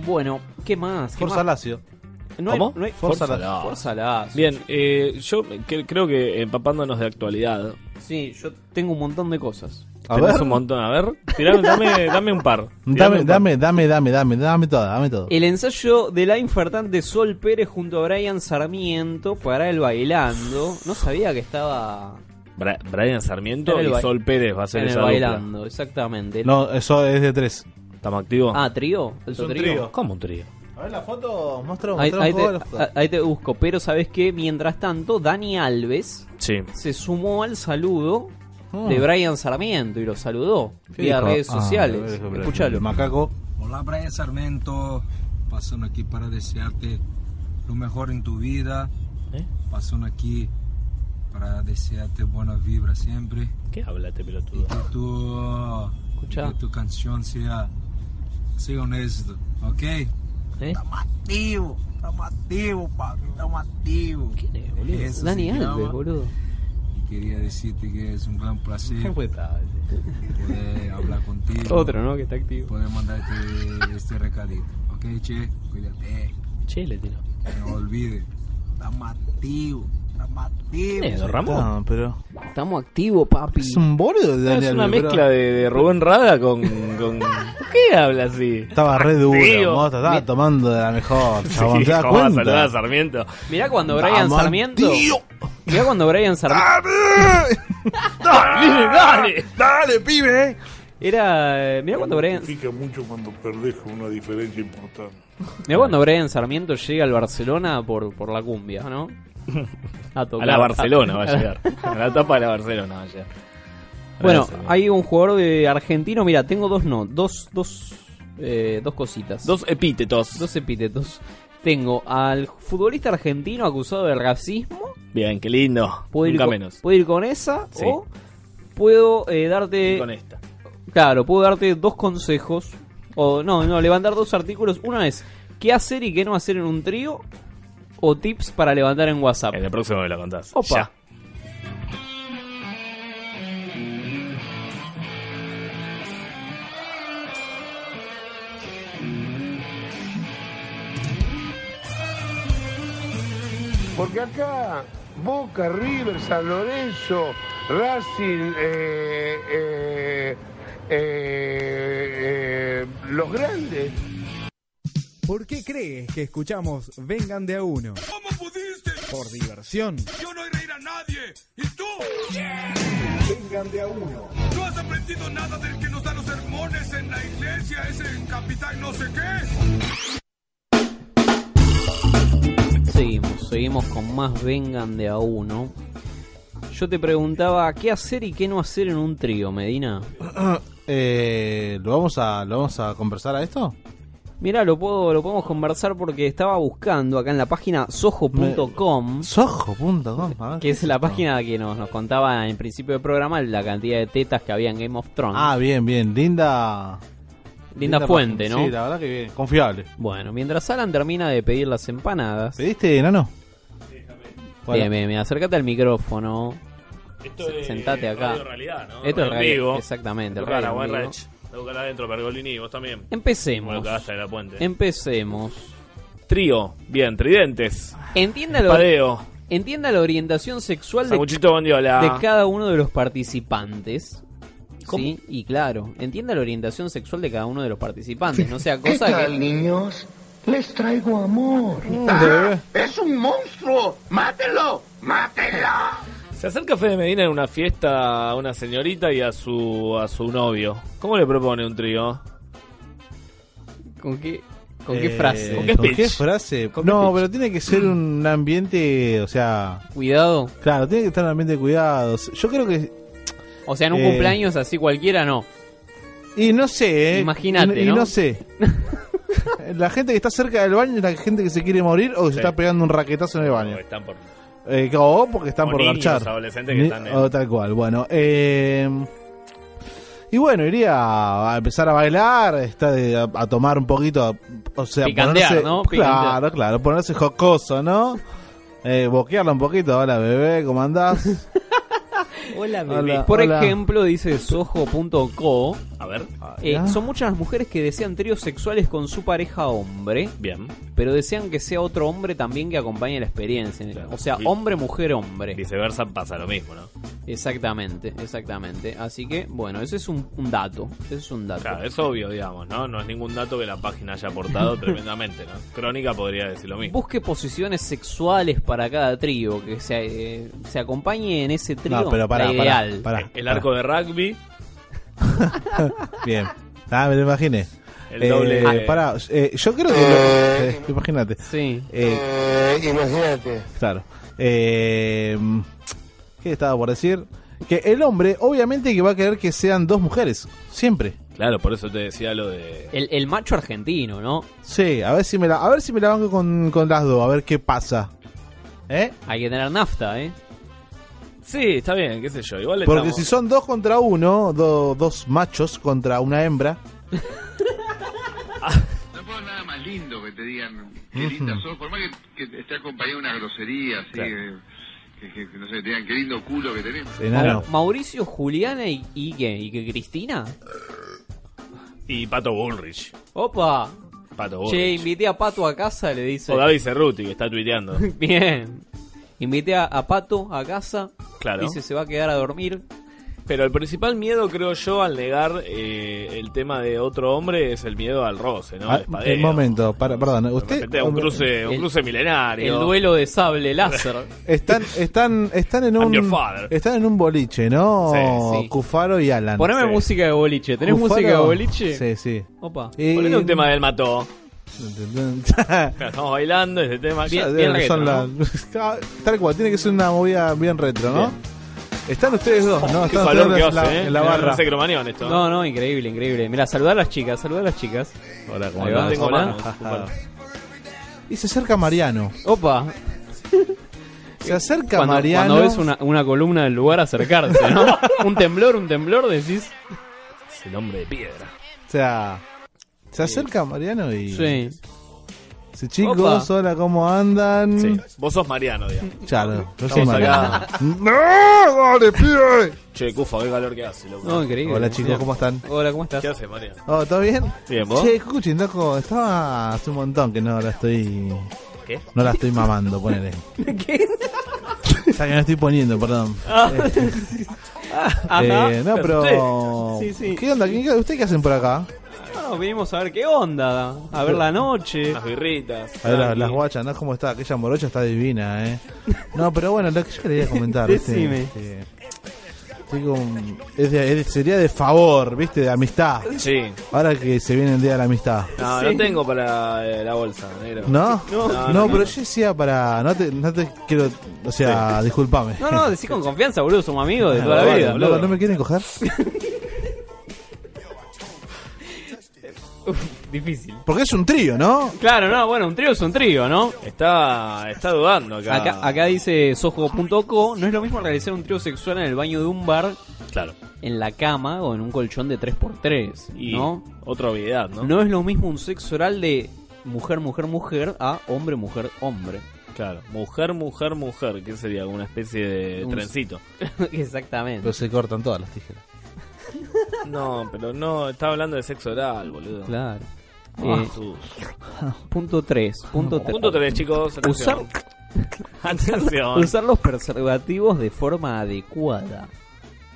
S9: bueno, ¿qué más? ¿Qué
S22: Forza
S9: más?
S22: Lazio.
S9: No hay-
S10: ¿Cómo?
S9: no hay-
S10: Forza
S9: Forza
S10: Lazio.
S9: Forza Lazio.
S10: Bien, eh, yo que- creo que empapándonos de actualidad.
S9: Sí, yo tengo un montón de cosas.
S22: A
S10: tenés
S22: ver.
S10: un montón, a ver. tirame- dame, dame un par. Tirame
S22: Dame,
S10: un par.
S22: dame, dame, dame, dame, dame todo, dame todo.
S9: El ensayo de la infartante Sol Pérez junto a Brian Sarmiento para el bailando. No sabía que estaba.
S10: Bra- Brian Sarmiento
S9: En el
S10: y
S9: ba-
S10: Sol Pérez va a ser
S9: en el
S10: esa
S9: bailando, exactamente.
S22: No, eso es de tres.
S10: ¿Estamos activos?
S9: Ah, trío.
S22: Es un trío.
S10: ¿Cómo un trío?
S22: A ver la foto, muestra,
S9: Ahí,
S22: muestra
S9: ahí
S22: un poco
S9: te, ah,
S22: la foto.
S9: a- ahí te busco, pero sabes que mientras tanto, Dani Alves
S10: Sí.
S9: se sumó al saludo
S22: Ah.
S9: de Brian Sarmiento y lo saludó
S22: ¿Qué
S9: vía
S22: dijo?
S9: redes
S22: Ah, lo
S9: sociales.
S22: dijo Brian.
S9: Escúchalo.
S22: Macaco.
S3: Hola Brian Sarmento, pasando aquí para desearte lo mejor en tu vida,
S9: ¿Eh?
S3: pasando aquí para desearte buena vibra siempre.
S10: ¿Qué háblate,
S3: Y
S10: pelotudo?
S3: que tu,
S10: Escucha.
S3: y que tu canción sea, sea honesto, ¿ok?
S9: ¿Eh?
S3: Estamos activos, estamos activos, papi, estamos activos. ¿Quién es,
S9: boludo? Dani Alves, boludo.
S3: Quería decirte que es un gran placer
S9: Fue tarde.
S3: poder hablar contigo.
S9: Otro, ¿no? Que está activo.
S3: Poder mandarte este recadito. Ok, che, cuídate.
S10: Che, le tiro.
S3: No olvides. Estamos activos, estamos activos.
S22: No, pero...
S9: Estamos activos, papi.
S22: Es un boludo de Dani
S10: Es una
S22: Alves, pero-
S10: mezcla de, de Rubén Rada con. con... ¿Qué habla así?
S22: Estaba re duro,
S10: Activo.
S22: moto, estaba tomando de la mejor.
S10: Sí,
S22: chabón, ¿te das
S10: ¿cómo va a
S22: cuenta?
S10: saludar a Sarmiento?
S9: Mirá cuando Brian
S22: Vamos,
S9: Sarmiento.
S22: tío.
S9: Mirá cuando Brian Sarmiento.
S22: ¡Dale,
S9: dale!
S22: ¡Dale, pibe!
S9: Era. eh, Mirá cuando Brian.
S23: Significa mucho cuando perdés con una diferencia importante.
S9: Mirá cuando Brian Sarmiento llega al Barcelona por, por la cumbia, ¿no? A,
S10: A
S9: tocar.
S10: la Barcelona va a llegar. A la etapa de la Barcelona va a llegar.
S9: Ah, Bueno,
S10: Gracias.
S9: hay un jugador de argentino, mira, tengo dos no, dos, dos, eh, dos cositas.
S10: Dos epítetos.
S9: Dos epítetos. Tengo al futbolista argentino acusado de racismo.
S10: Bien, qué lindo.
S9: Puedo ir
S10: Nunca
S9: con,
S10: menos.
S9: puedo ir con esa
S10: Sí.
S9: o puedo eh, darte...
S10: Y con esta.
S9: Claro, puedo darte dos consejos. O no, no, levantar dos artículos. Uno es qué hacer y qué no hacer en un trío. O tips para levantar en WhatsApp. En
S10: el próximo me lo contás.
S9: Opa.
S10: Ya.
S1: Porque acá Boca, River, San Lorenzo, Racing, eh, eh, eh, eh, los grandes.
S5: ¿Por qué crees que escuchamos Vengan de a uno? ¿Cómo pudiste? Por diversión.
S24: Yo no iré a nadie. ¿Y tú?
S1: Vengan de a uno.
S24: No has aprendido nada del que nos da los sermones en la iglesia, ese capitán no sé qué.
S9: Seguimos, seguimos con más Vengan de a uno. Yo te preguntaba qué hacer y qué no hacer en un trío, Medina.
S4: Eh, ¿lo, vamos a, ¿Lo vamos a conversar a esto?
S9: Mira, lo puedo, lo podemos conversar porque estaba buscando acá en la página sojo.com.
S4: Sojo.com, a ver,
S9: Que es la página que nos, nos contaba en principio del programa la cantidad de tetas que había en Game of Thrones.
S4: Ah, bien, bien. Linda.
S9: Linda fuente, ¿no?
S4: Sí, la verdad que bien. Confiable.
S9: Bueno, mientras Alan termina de pedir las empanadas.
S4: ¿Pediste, enano?
S9: Bien, bien, bien, acércate al micrófono.
S10: Esto
S9: Se-
S10: es
S9: sentate acá.
S10: radio realidad, ¿no?
S9: Esto es
S10: Radio
S9: radio,
S10: en vivo.
S9: exactamente,
S10: Tocala,
S9: radio en
S10: buen
S9: vivo.
S10: rech. Tocala adentro, Pergolini, vos también.
S9: Empecemos.
S10: Como lo cagaste de la puente.
S9: Empecemos.
S10: Trío, bien, tridentes.
S9: Entienda la-
S10: Padeo.
S9: Entienda la orientación sexual de,
S10: Sanguchito Bandiola.
S9: de cada uno de los participantes. ¿Sí? Y claro, entienda la orientación sexual de cada uno de los participantes. No sea
S1: ¿Qué
S9: cosa
S1: tal,
S9: que.
S1: niños? Les traigo amor.
S4: Mm,
S9: Ah,
S1: ¡Es un monstruo! ¡Mátelo! ¡Mátelo!
S10: Se acerca Fede Medina en una fiesta a una señorita y a su a su novio. ¿Cómo le propone un trío?
S9: ¿Con qué,
S4: Eh,
S9: ¿Con
S4: ¿Con
S9: qué
S4: qué,
S9: speech?
S4: frase?
S9: ¿Con qué
S4: no,
S9: speech?
S4: pero tiene que ser un ambiente, o sea...
S9: Cuidado.
S4: Claro, tiene que estar un ambiente de cuidado. Yo creo que...
S9: O sea, en un
S4: Eh.
S9: cumpleaños así cualquiera no.
S4: Y no sé, ¿eh?
S9: Imagínate,
S4: Y, y
S9: ¿no?
S4: no sé. la gente que está cerca del baño es la gente que se quiere morir o que se
S10: Sí.
S4: está pegando un raquetazo en el baño.
S10: Están por
S4: Eh, o porque están
S10: O
S4: por
S10: niños,
S4: garchar.
S10: adolescentes que
S4: Ni-
S10: están en-
S4: o tal cual, bueno. eh, y bueno, iría a empezar a bailar, está de- a, a tomar un poquito, a- o sea,
S9: Picantear,
S4: ponerse,
S9: ¿no?
S4: Claro,
S9: Picantear.
S4: claro, ponerse jocoso, ¿no? Eh, boquearla un poquito, hola bebé, ¿cómo andás?
S9: Hola,
S4: bebé. Hola,
S9: Por
S4: hola. Ah,
S9: ejemplo, dice sojo.co.
S10: A ver.
S9: Eh, son muchas las mujeres que desean tríos sexuales con su pareja hombre.
S10: Bien.
S9: Pero desean que sea otro hombre también que acompañe la experiencia. O sea,
S10: Y-
S9: hombre, mujer, hombre.
S10: Viceversa pasa lo mismo, ¿no?
S9: Exactamente, exactamente. Así que, bueno, ese es un, un dato. Ese es un dato.
S10: Claro, es obvio, digamos, ¿no? No es ningún dato que la página haya aportado tremendamente, ¿no? Crónica podría decir lo mismo.
S9: Busque posiciones sexuales para cada trío, que se, eh, se acompañe en ese trío.
S4: No, pero pará,
S9: la
S4: pará,
S9: ideal.
S4: pará.
S10: El arco de rugby,
S4: Bien. Ah, me lo imaginé.
S10: El doble-
S4: Eh, pará, eh, yo creo que... lo- eh, imagínate. Eh,
S9: Sí.
S1: imagínate.
S4: Claro. Eh, ¿Qué estaba por decir? Que el hombre, obviamente, que va a querer que sean dos mujeres. Siempre.
S10: claro, por eso te decía lo de...
S9: El, el macho argentino, ¿no?
S4: Sí, a ver si me la, a ver si me la banco con, con las dos, a ver qué pasa. ¿Eh?
S9: Hay que tener nafta, ¿eh?
S10: Sí, está bien, qué sé yo. Igual le
S4: Porque
S10: estamos-
S4: si son dos contra uno, do- dos machos contra una hembra.
S25: No puedo nada más lindo que te digan qué linda sos, por más que, que esté acompañado de una grosería, así, eh,
S10: Claro.
S25: que, que- que, no sé, te digan qué lindo culo que tenés.
S9: Mau- Mauricio, Juliana y, y qué? ¿Y qué, Cristina?
S10: Y Pato Bullrich.
S9: Opa.
S10: Pato
S9: Che,
S10: Bullrich.
S9: invité a Pato a casa, le dice.
S10: O David Cerruti, que está tuiteando.
S9: Bien. Invité a, a Pato a casa.
S10: Claro.
S9: Dice se va a quedar a dormir.
S10: Pero el principal miedo, creo yo, al negar eh, el tema de otro hombre es el miedo al roce, ¿no?
S4: Ah,
S10: Al espadeo.
S4: un momento, para- perdón.
S10: De
S4: Usted,
S10: repente un cruce, un
S9: El-
S10: cruce milenario.
S9: El duelo de sable láser.
S4: están, están, están en
S10: your
S4: un,
S10: father.
S4: están en un boliche, ¿no?
S10: Sí, sí.
S4: Cufaro y Alan.
S9: Poneme
S4: Sí.
S9: música de boliche. ¿Tenés
S4: Cufaro-
S9: música de boliche?
S4: Sí, sí.
S9: Opa.
S4: Y-
S10: Ponete un tema del mató. Mira, Estamos bailando ese tema.
S4: Ya, eh, son las- Ah, Tal cual, tiene que ser una movida bien retro, ¿no? Están ustedes dos, ¿no?
S10: Qué
S4: Están
S10: calor
S4: ustedes
S10: que
S4: dos en la,
S10: hace, ¿eh?
S4: en la
S10: Me
S4: barra.
S10: parece Cromañón esto.
S9: No, no, increíble, increíble. Mira, saludar a las chicas, saludar a las chicas.
S4: Hola,
S9: ¿cómo
S4: andás?
S9: Tengo
S4: Hola.
S9: manos, disculpa.
S4: Y se acerca Mariano.
S9: Opa.
S4: Se acerca
S9: Cuando,
S4: Mariano.
S9: cuando ves una, una columna del lugar acercarse, ¿no? un temblor, un temblor, decís.
S10: Es el hombre de piedra.
S4: O sea, se acerca Mariano y.
S9: Sí.
S4: Dice, chicos,
S10: Opa.
S4: hola, ¿cómo andan?
S10: Sí. Vos sos Mariano, digamos.
S4: Claro, yo soy
S10: Estamos acá.
S4: Mariano. ¡No! ¡Dale, pibe!
S10: Che, Cufa, qué calor que hace, loco.
S9: No, increíble.
S4: Hola, chicos, ¿cómo están?
S9: Hola, ¿cómo estás?
S10: ¿Qué hace, Mariano?
S4: Oh, ¿Todo bien?
S10: Bien, ¿vos?
S4: Che, escuchen, loco, estaba hace un montón que no la estoy
S9: ¿Qué?
S4: No la estoy mamando, ponele.
S9: ¿Qué?
S4: O sea, que no estoy poniendo, perdón.
S9: Ah.
S4: Este,
S9: Ajá,
S4: eh, no, pero.
S9: Sí, sí.
S4: ¿Qué onda? ¿Qué- ¿Ustedes qué hacen por acá?
S9: No, vinimos a ver qué onda, a ver la noche.
S10: Las birritas.
S4: A ver, las, las guachas, ¿no? ¿Cómo está? Aquella morocha está divina, ¿eh? No, pero bueno, lo que yo quería comentar. este,
S9: Decime.
S4: este, estoy con- es de- es de- sería de favor, ¿viste? De amistad.
S10: Sí.
S4: Ahora que se viene el día de la amistad.
S10: No, no tengo para eh, la bolsa, negro.
S4: ¿No?
S10: No, no,
S4: No,
S10: no.
S4: pero yo decía para. No te, no te quiero. O sea, disculpame.
S9: No, no, decís con confianza, boludo, somos amigos de
S4: Ah,
S9: toda la
S4: bueno,
S9: vida.
S4: boludo,
S9: boludo.
S4: ¿No me quieren coger?
S9: Difícil.
S4: Porque es un trío, ¿no?
S9: Claro, no, bueno, un trío es un trío, ¿no?
S10: Está, está dudando acá.
S9: Acá, acá dice sojo.co, no es lo mismo realizar un trío sexual en el baño de un bar,
S10: claro,
S9: en la cama o en un colchón de 3x3,
S10: Y
S9: ¿no?
S10: otra obviedad, ¿no?
S9: No es lo mismo un sexo oral de mujer, mujer, mujer a hombre, mujer, hombre.
S10: Claro, mujer, mujer, mujer, que sería como una especie de
S9: Un-
S10: trencito.
S9: Exactamente.
S4: Pero se cortan todas las tijeras.
S10: No, pero no, estaba hablando de sexo oral, boludo.
S9: Claro.
S10: Ah,
S9: Eh,
S10: su-
S9: punto 3. Punto 3.
S10: Punto tres, chicos,
S9: Usar,
S10: atención. Atención.
S9: usar los preservativos de forma adecuada.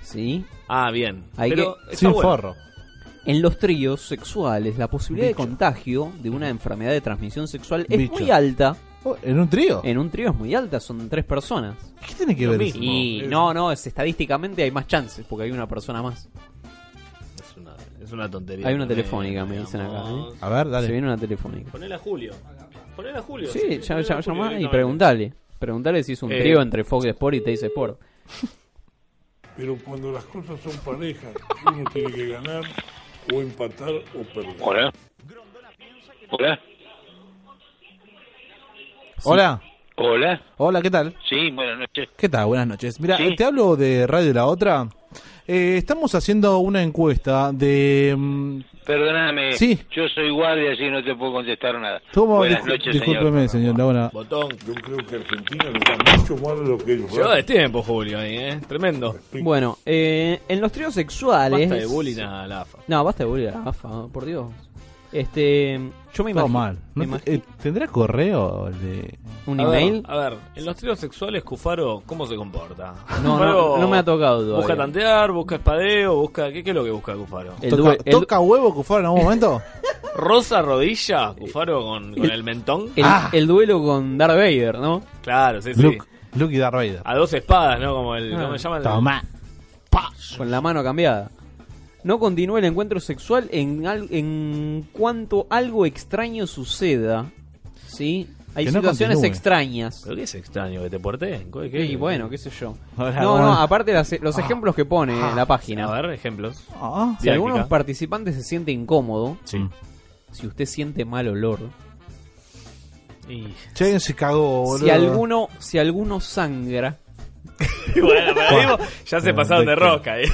S9: ¿Sí?
S10: Ah, bien.
S9: Hay
S10: Pero
S9: que-
S10: está bueno.
S9: En los tríos sexuales, la posibilidad de contagio de una enfermedad de transmisión sexual es
S4: Bicho.
S9: muy alta.
S4: ¿En un trío?
S9: En un trío es muy alta, son tres personas.
S4: ¿Qué tiene que
S9: Lo
S4: ver
S9: mismo.
S4: eso?
S9: Y
S4: Eh.
S9: no, no, es estadísticamente hay más chances porque hay una persona más.
S10: Es una, es una tontería.
S9: Hay una
S10: Poné-
S9: telefónica, me dicen acá. ¿eh?
S4: A ver, dale.
S9: Se viene una telefónica.
S10: Ponela a Julio. Ponela a Julio.
S9: Sí,
S10: ponela
S9: ya, ya,
S10: a Julio
S9: llamá y
S10: directamente.
S9: preguntale. Preguntale si es un
S10: Eh.
S9: trío entre Fox Sport y Teis Sport.
S26: Pero cuando las cosas son parejas, uno tiene que ganar o empatar o perder.
S13: Hola. Hola.
S4: Hola.
S13: Hola.
S4: Hola, ¿qué tal?
S13: Sí, buenas noches.
S4: ¿Qué tal? Buenas noches. Mira, eh,
S13: Sí.
S4: te hablo de Radio La Otra. Eh, estamos haciendo una encuesta de... mm,
S13: Perdóname.
S4: Sí.
S13: Yo soy guardia, así no te puedo contestar nada.
S4: ¿Cómo?
S13: Buenas
S4: Discu-
S13: noches, señor.
S4: Discúlpeme, señor. Laura.
S10: Botón.
S26: Yo creo que Argentina le da mucho más de lo que ellos
S10: Lleva de
S26: hacen.
S10: tiempo, Julio, ahí, ¿eh? Tremendo.
S9: Bueno, eh, en los tríos sexuales.
S10: Basta de bullying a la AFA.
S9: No, basta de bullying a la AFA, por Dios. Este, yo me
S4: Todo
S9: imagino.
S4: mal.
S9: me
S4: No
S9: imag-
S4: te- eh, ¿Tendrá correo? el de-
S9: ¿Un
S10: A ver,
S9: email?
S10: A ver, en los tríos sexuales, Cufaro, ¿cómo se comporta?
S9: No,
S10: Cufaro
S9: no, no me ha tocado todavía.
S10: Busca tantear, busca espadeo, busca. ¿Qué, qué es lo que busca Cufaro?
S4: ¿Toca, toca huevo Cufaro en algún momento?
S10: ¿Rosa rodilla? ¿Cufaro con, con el mentón?
S9: El, Ah,
S4: Ah.
S9: el duelo con Darth Vader, ¿no?
S10: Claro, sí, sí.
S4: Luke, Luke y Darth Vader.
S10: A dos espadas, Eh, ¿no? Como el.
S9: Ah,
S10: ¿Cómo se llama? El-
S4: Tomá.
S9: Con la mano cambiada. No continúa el encuentro sexual en, al- en cuanto algo extraño suceda. ¿Sí? Hay
S10: Que no
S9: situaciones
S10: continúe.
S9: extrañas.
S10: ¿Pero qué es extraño? ¿Que te porté? ¿Qué- qué-
S9: Y bueno, qué sé yo.
S10: Ahora,
S9: No, no,
S10: bueno.
S9: aparte las- los
S10: Ah.
S9: ejemplos que pone en la página.
S10: A ver, ejemplos.
S9: Si
S10: Didáctica.
S9: Ah, algunos Mm. participantes se siente incómodo,
S4: Sí.
S9: si usted siente mal olor,
S10: Y-
S4: Che, alguien se cagó, boludo.
S9: si alguno, si alguno sangra,
S10: bueno, pero digo, ya se
S4: Pero,
S10: pasaron
S4: ¿de
S10: de
S4: qué?
S10: rosca. ¿eh?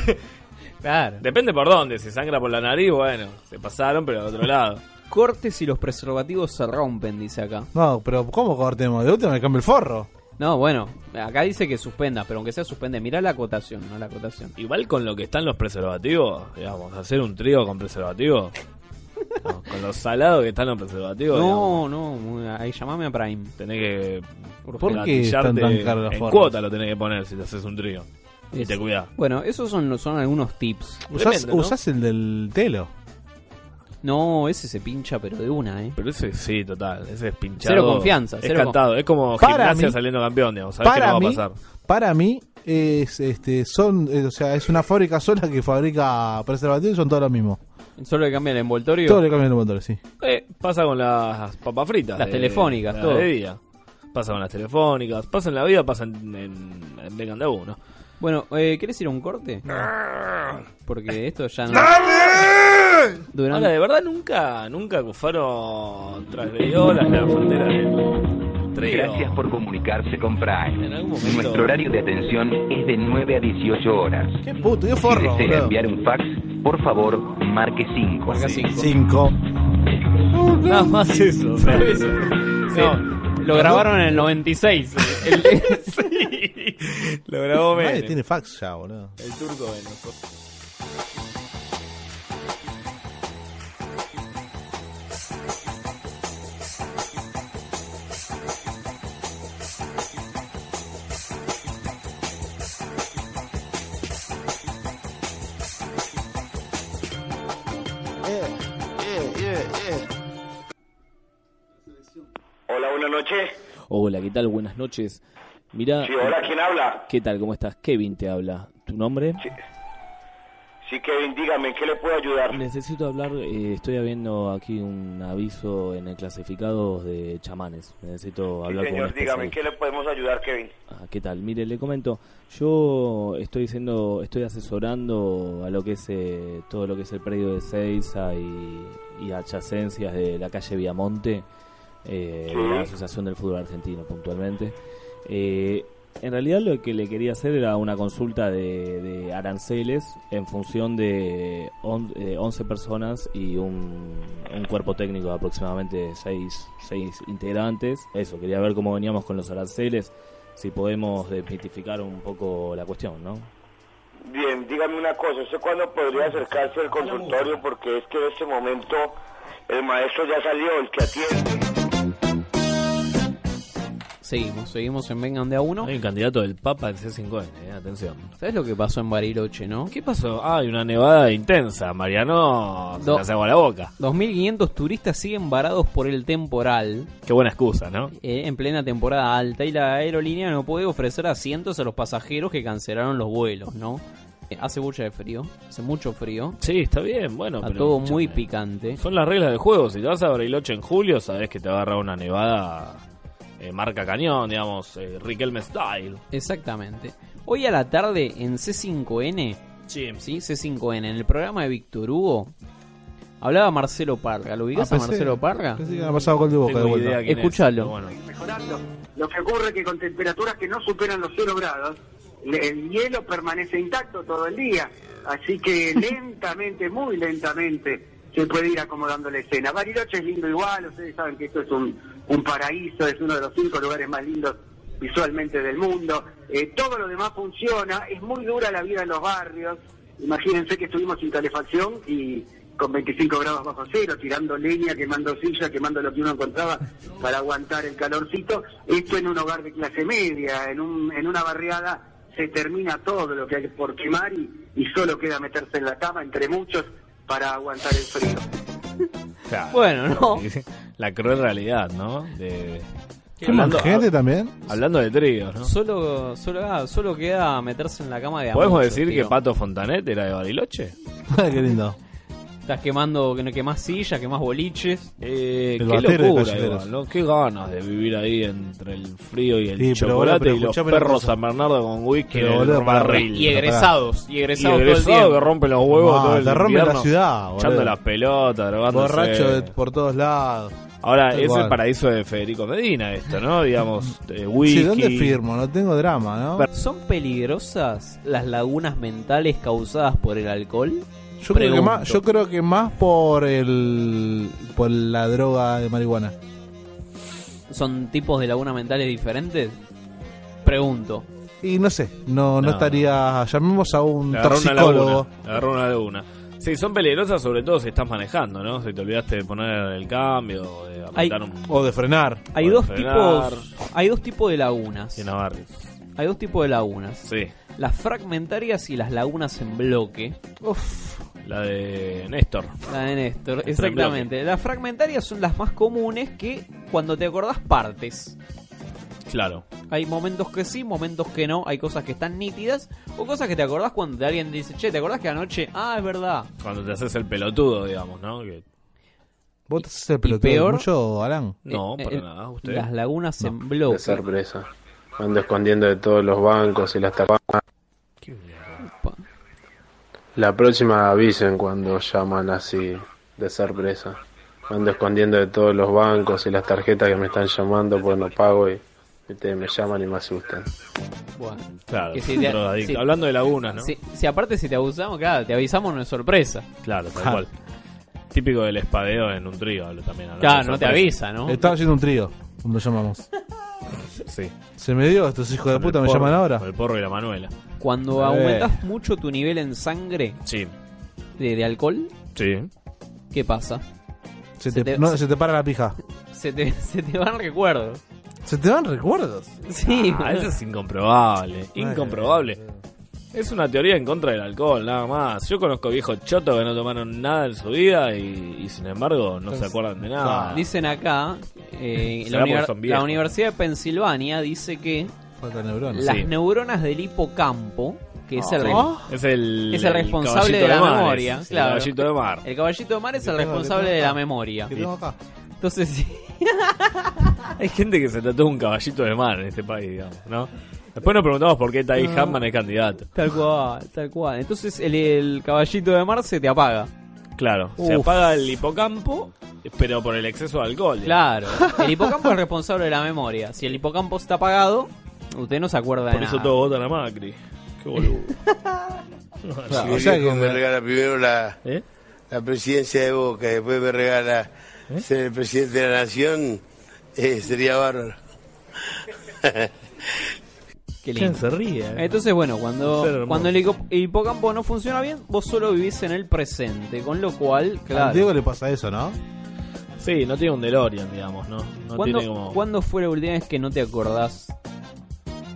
S9: Claro.
S10: Depende por dónde. Si sangra por la nariz, bueno, se pasaron, pero al otro lado.
S9: cortes y los preservativos se rompen, dice acá.
S4: No, pero ¿cómo cortemos? De última me cambio el forro.
S9: No, bueno, acá dice que suspenda, pero aunque sea suspende, mirá la acotación, no la acotación.
S10: Igual con lo que están los preservativos, digamos, hacer un trío con preservativos. no, con los salados que están los preservativos. digamos,
S9: No, no, muy- ahí llamame a Prime.
S10: tenés que.
S9: ¿Por
S4: qué están tan
S10: gatillarte
S4: caros los
S10: En
S4: forros?
S10: cuota lo tenés que poner si te haces un trío. Y
S9: Es-
S10: te cuidás.
S9: Bueno, esos son, los- son algunos tips.
S4: Usás, usás el del telo.
S9: No, ese se pincha, pero de una, ¿eh?
S10: Pero ese sí, total. Ese es pinchado.
S9: Cero confianza,
S10: Es
S9: cero con-
S10: cantado. Es como
S4: Para
S10: gimnasia
S4: mí-
S10: saliendo campeón, digamos. Sabés que
S4: Para
S10: no va
S4: mí,
S10: a pasar.
S4: para mí es este son eh, o sea, es una fábrica sola que fabrica preservativos y son todos los mismos.
S9: Solo que cambia el envoltorio.
S4: Todos le cambian los motores, sí.
S10: Eh, pasa con las papas fritas. eh.
S9: Las telefónicas,
S10: la
S9: todo.
S10: de día. Pasa con las telefónicas. Pasa en la vida, pasa en, en, en Vengan de a uno.
S9: Bueno, eh, ¿querés ir a un corte? Porque esto ya no... Durante-
S10: Ahora, de verdad, nunca, nunca Cufaro transgredió las la frontera del trío.
S6: Gracias por comunicarse con Prime.
S10: momento-
S6: Nuestro horario de atención es de 9 a 18 horas.
S4: Qué puto, qué forro,
S6: si desea
S4: boludo.
S6: enviar un fax, por favor, marque 5.
S9: Marca cinco.
S4: 5.
S9: Nada más eso, solo eso. No, lo grabaron en el 96. El- sí, lo grabó
S4: Nadie
S9: Menem.
S4: tiene fax ya, boludo.
S10: El turco de
S1: Thank you.
S3: Hola, buenas noches.
S27: Hola, ¿qué tal? Buenas noches. Mira.
S3: Sí, hola, ¿quién habla?
S27: ¿Qué tal? ¿Cómo estás? Kevin te habla. ¿Tu nombre?
S3: Sí, Kevin, dígame, ¿en qué le puedo ayudar?
S27: Necesito hablar. eh, estoy viendo aquí un aviso en el clasificado de chamanes. Necesito
S3: Sí,
S27: hablar con un
S3: señor, dígame, ¿en
S27: especialista.
S3: qué le podemos ayudar, Kevin?
S27: Ah, ¿Qué tal? Mire, le comento, yo estoy siendo, estoy asesorando a lo que es eh, todo lo que es el predio de Seiza y, y adyacencias de la calle Viamonte, eh, de la
S28: Sí.
S27: Asociación del Fútbol Argentino puntualmente. Eh, en realidad lo que le quería hacer era una consulta de, de aranceles en función de on- eh, 11 personas y un, un cuerpo técnico de aproximadamente 6, integrantes. Eso, quería ver cómo veníamos con los aranceles, si podemos desmitificar un poco la cuestión, ¿no?
S3: Bien, dígame una cosa, ¿usted cuándo podría acercarse al consultorio? Porque es que en este momento el maestro ya salió, el que atiende.
S9: Seguimos, seguimos en Vengan de a uno.
S10: Hay un candidato del Papa en C5N, eh, atención.
S9: ¿Sabes lo que pasó en Bariloche, no?
S10: ¿Qué pasó? Ah, hay una nevada intensa. Mariano se
S9: Do-
S10: le hace agua a la boca.
S9: 2.500 turistas siguen varados por el temporal.
S10: Qué buena excusa, ¿no?
S9: eh, en plena temporada alta y la aerolínea no puede ofrecer asientos a los pasajeros que cancelaron los vuelos, ¿no? Eh, hace mucho de frío, hace mucho frío.
S10: Sí, está bien, bueno,
S9: Está
S10: pero
S9: todo
S10: escúchame.
S9: muy picante.
S10: Son las reglas del juego. Si te vas a Bariloche en julio, sabes que te va a agarrar una nevada eh, marca cañón, digamos, eh, Riquelme Style.
S9: Exactamente. Hoy a la tarde en C5N, sí, C5N, en el programa de Víctor Hugo, hablaba Marcelo Parga. ¿Lo ubicás
S4: Ah,
S9: a
S4: pensé-
S9: Marcelo Parga?
S4: pensé que había pasado gol de Boca Tengo de vuelta. idea quién es,
S9: Escuchalo.
S4: pero bueno.
S29: mejorando. Lo que ocurre es que con temperaturas que no superan los 0 grados, le- el hielo permanece intacto todo el día. Así que lentamente, muy lentamente, se puede ir acomodando la escena. Bariloche es lindo igual, ustedes saben que esto es un, un paraíso, es uno de los cinco lugares más lindos visualmente del mundo. Eh, todo lo demás funciona, es muy dura la vida en los barrios. Imagínense que estuvimos sin calefacción y con 25 grados bajo cero, tirando leña, quemando silla, quemando lo que uno encontraba para aguantar el calorcito. Esto en un hogar de clase media, en, un, en una barriada, se termina todo lo que hay por quemar y, y solo queda meterse en la cama entre muchos para aguantar el frío.
S10: Claro.
S9: Bueno, no.
S10: La cruel realidad, ¿no? De...
S4: ¿Somos gente también?
S10: Hablando de tríos, ¿no?
S9: Solo, solo, ah, solo queda meterse en la cama de
S10: ¿Podemos
S9: Amucho,
S10: decir
S9: tío.
S10: que Pato Fontanet era de Bariloche? Ah,
S4: Qué lindo.
S9: Estás quemando, que no quemás sillas, quemás boliches.
S10: Eh,
S4: El
S10: qué
S4: batero de
S10: locura,
S4: Talleres.
S10: igual, ¿no? Qué ganas de vivir ahí entre el frío y el
S4: Sí, pero boludo,
S10: chocolate
S4: pero
S10: y los
S4: escuchame una
S10: perros
S4: cosa.
S10: San Bernardo con whisky
S4: Pero
S10: en el
S4: boludo, pará,
S10: barril.
S9: Y egresados, y egresados
S10: Y
S9: todo el
S10: egresado
S9: tiempo.
S10: que rompe los huevos
S4: Ah,
S10: todo el
S4: te rompe
S10: invierno,
S4: la ciudad,
S10: Echando
S4: boludo.
S10: las pelotas, drogándose.
S4: Borracho de- por todos lados.
S10: Ahora,
S4: Tal
S10: es
S4: cual.
S10: el paraíso de Federico Medina esto, ¿no? Digamos, eh, whisky.
S4: Sí, ¿dónde firmo? No tengo drama, ¿no?
S9: ¿Son peligrosas las lagunas mentales causadas por el alcohol?
S4: Yo creo, que
S9: Pregunto.
S4: más, yo creo que más por el por la droga de marihuana.
S9: ¿Son tipos de lagunas mentales diferentes? Pregunto.
S4: Y no sé, no, no,
S10: No.
S4: estaría. Llamemos a un
S10: Le agarró una laguna.
S4: toxicólogo.
S10: le agarró una laguna. Sí, son peligrosas sobre todo si estás manejando, ¿no? Si te olvidaste de poner el cambio, de apretar un...
S4: O de frenar.
S9: Hay
S10: Pueden
S9: dos
S10: frenar.
S9: tipos. Hay dos tipos de lagunas.
S10: Tiene barrios.
S9: Hay dos tipos de lagunas.
S10: Sí.
S9: Las fragmentarias y las lagunas en bloque.
S10: La de Néstor.
S9: La de Néstor,
S10: Entra en
S9: exactamente. Las fragmentarias son las más comunes que cuando te acordás partes.
S10: Claro.
S9: Hay momentos que sí, momentos que no, hay cosas que están nítidas o cosas que te acordás cuando alguien dice, che, ¿te acordás que anoche? Ah, es verdad.
S10: Cuando te haces el pelotudo, digamos, ¿no? Que-
S9: Eh,
S4: ¿Vos te haces el pelotudo
S9: peor-
S4: mucho, Alan?
S10: No,
S9: Eh,
S10: para
S9: eh,
S10: nada, usted.
S9: Las lagunas en bloque.
S30: De sorpresa. Me ando escondiendo de todos los bancos y las tapas. La próxima avisen cuando llaman así de sorpresa. Me ando escondiendo de todos los bancos y las tarjetas que me están llamando pues no pago y viste, me llaman y me asustan.
S9: Bueno.
S10: Claro,
S9: Que si te-
S10: drogadicto.
S9: si-
S10: Hablando de lagunas, ¿no?
S9: Si, si aparte si te abusamos, claro, te avisamos no es sorpresa.
S10: Claro, tal cual. Típico del espadeo en un trío hablo también. hablando
S9: Claro,
S10: de
S9: no te
S10: sorpresa. Eh,
S9: avisa, ¿no?
S4: Estaba haciendo un trío, como lo llamamos.
S10: Sí.
S4: Se me dio, estos hijos de
S10: Con el
S4: puta me
S10: porro,
S4: llaman ahora.
S10: Con el porro y la manuela.
S9: Cuando
S4: Eh.
S9: aumentas mucho tu nivel en sangre
S10: sí.
S9: de, de alcohol,
S10: Sí.
S9: ¿qué pasa?
S4: Se te, no, se te para la pija.
S9: se te- se te van recuerdos.
S4: Se te van recuerdos.
S9: Sí.
S10: Ah, eso es incomprobable. Incomprobable. Es una teoría en contra del alcohol, nada más. Yo conozco viejos chotos que no tomaron nada en su vida y, y sin embargo no se acuerdan de nada.
S9: Dicen acá, eh,
S10: Será
S9: la,
S10: porque
S9: univer-
S10: son
S9: la
S10: viejos.
S9: Universidad de Pensilvania dice que
S4: neuronas.
S9: las
S10: Sí.
S9: neuronas del hipocampo, que es
S10: Ah,
S9: el,
S10: sí.
S9: re-
S10: Es el-
S9: es el
S10: el
S9: responsable
S10: caballito
S9: de la
S10: de mar,
S9: memoria,
S10: es el
S9: claro.
S10: caballito de mar.
S9: El caballito de mar es el
S10: tengo-
S9: responsable
S10: que tengo
S9: de la
S10: acá.
S9: memoria.
S10: Que tengo acá.
S9: Entonces, sí.
S10: Hay gente que se trató un caballito de mar en este país, digamos, ¿no? Después nos preguntamos por qué Ty
S9: Ah.
S10: Hammond es candidato.
S9: tal cual, tal cual. Entonces el, el caballito de mar se te apaga.
S10: Claro, se
S9: Uf.
S10: apaga el hipocampo, pero por el exceso de alcohol.
S9: Claro, el hipocampo es responsable de la memoria. Si el hipocampo está apagado, usted no se acuerda
S10: Por
S9: de
S10: eso
S9: nada.
S10: todos votan a Macri. Qué boludo.
S29: Si
S10: o
S29: o
S10: sea que- ¿Eh?
S29: me regala primero la, la presidencia de Boca, después me regala
S10: ¿Eh?
S29: ser el presidente de la nación, eh, sería bárbaro.
S9: Qué lindo. Entonces, bueno,
S29: Es
S9: cuando,
S29: hermoso.
S9: cuando el hipo- hipocampo no funciona bien, vos solo vivís en el presente, con lo cual,
S4: A
S9: claro.
S4: Diego le pasa eso, ¿no?
S10: Sí, no tiene un DeLorean, digamos, ¿no? No
S9: ¿Cuándo,
S10: tiene como...
S9: cuándo fue la última vez que no te acordás?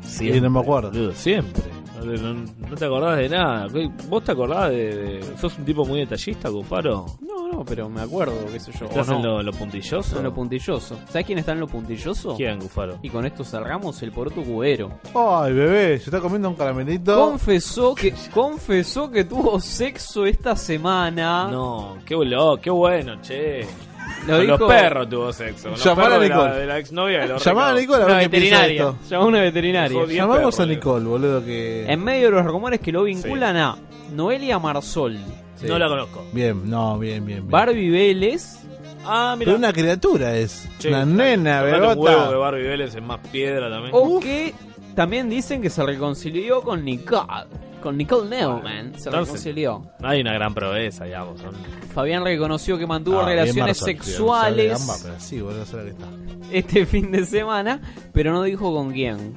S10: Siempre,
S4: Y no me acuerdo.
S10: boludo, siempre. No te, no- no te acordás de nada. ¿Qué- ¿Vos te acordás de, de- ¿Sos un tipo muy detallista, Cufaro?
S9: No, no, pero me acuerdo, qué sé yo.
S10: ¿Estás
S9: o no.
S10: en lo, lo puntilloso?
S9: En lo puntilloso. ¿Sabés quién está en lo puntilloso?
S10: ¿Quién, Gufaro?
S9: Y con esto cerramos el poroto cubero.
S4: Ay, bebé, se está comiendo un caramelito.
S9: Confesó que, confesó que tuvo sexo esta semana.
S10: No, qué, boludo, qué bueno, che.
S9: Lo
S10: con
S9: dijo-
S10: los perros tuvo sexo. Con los
S4: Llamar a
S10: perros de la-
S4: Nicole.
S10: De la, exnovia de los
S4: Llamar a
S10: recados.
S4: Nicole a ver
S9: Una
S4: qué piensa de
S9: veterinaria.
S4: esto.
S9: Llamó a una veterinaria.
S10: Dejó diez
S4: Llamamos a
S10: perros,
S4: Nicole, boludo, que.
S9: En medio de los rumores que lo vinculan a Noelia Marsol,
S4: Sí.
S10: No la conozco.
S4: Bien, no, bien, bien. bien.
S9: Barbie Vélez.
S10: Ah,
S4: Pero una criatura es.
S10: Che,
S4: una nena,
S10: Tocate un huevo de
S4: bebota.
S10: Barbie Vélez en más piedra también.
S9: O que también dicen que se reconcilió con Nicole. Con Nicole Neumann se
S10: Entonces,
S9: reconcilió.
S10: No hay una gran proeza, digamos. son-
S9: Fabián reconoció que mantuvo
S10: Ah, bien
S9: relaciones
S10: Marsol, tío,
S9: sexuales
S4: Sale gamba, pero sí, boludo, sale que está.
S9: este fin de semana, pero no dijo con quién.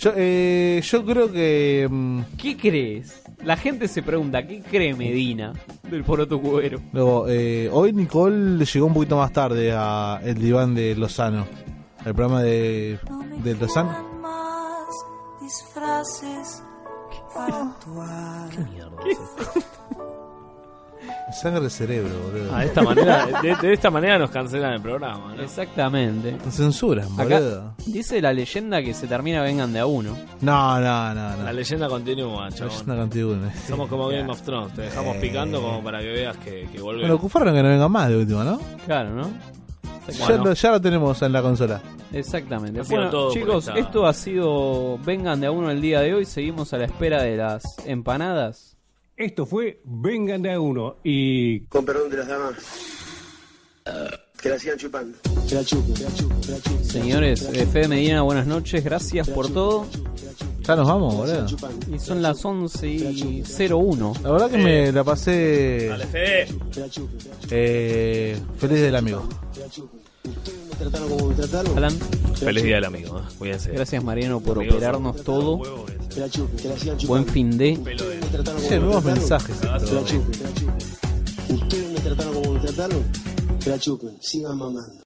S4: Yo, eh, yo creo que. mm,
S9: ¿Qué crees? La gente se pregunta, ¿qué cree Medina del poroto cubero?
S4: Luego, eh, hoy Nicole llegó un poquito más tarde a el diván de Lozano. El programa de, de Lozano.
S31: más disfraces para actuar. ¿Qué mierda?
S4: Sangre de cerebro, boludo.
S10: Ah, de esta manera, de, de esta manera nos cancelan el programa. ¿no?
S9: Exactamente.
S4: Censuras, boludo.
S9: Acá dice la leyenda que se termina vengan de a uno.
S4: No, no, no, no.
S10: La leyenda continúa,
S4: Es
S10: chabón.
S4: una cantidad de-
S10: Somos como Game of Thrones, te dejamos
S4: Eh.
S10: picando como para que veas que, que vuelve.
S4: Bueno, ocuparon que no vengan más de último, ¿no?
S9: Claro, ¿no?
S4: Ya,
S9: Bueno.
S4: lo, ya lo tenemos en la consola.
S9: Exactamente.
S10: Ha sido
S9: Bueno,
S10: todo por
S9: chicos,
S10: esta-
S9: esto ha sido Vengan de a uno el día de hoy. Seguimos a la espera de las empanadas.
S6: Esto fue Vengan de a uno y...
S32: Con perdón de las damas. Que la sigan chupando.
S9: Señores, eh, Fede Medina, buenas noches. Gracias por todo.
S4: Ya nos vamos, boludo.
S9: Y son las 11 y 01.
S4: La verdad que me la pasé
S9: Dale,
S4: eh, feliz del amigo.
S9: Alan,
S10: Feliz día del amigo, ¿eh? cuídense.
S9: gracias Mariano por
S10: Amigos,
S9: operarnos todo. Buen fin de.
S4: Che, nuevos mensajes.
S32: Que la chupen. Ustedes me trataron como me trataron. Que la chupen. Sigan mamando.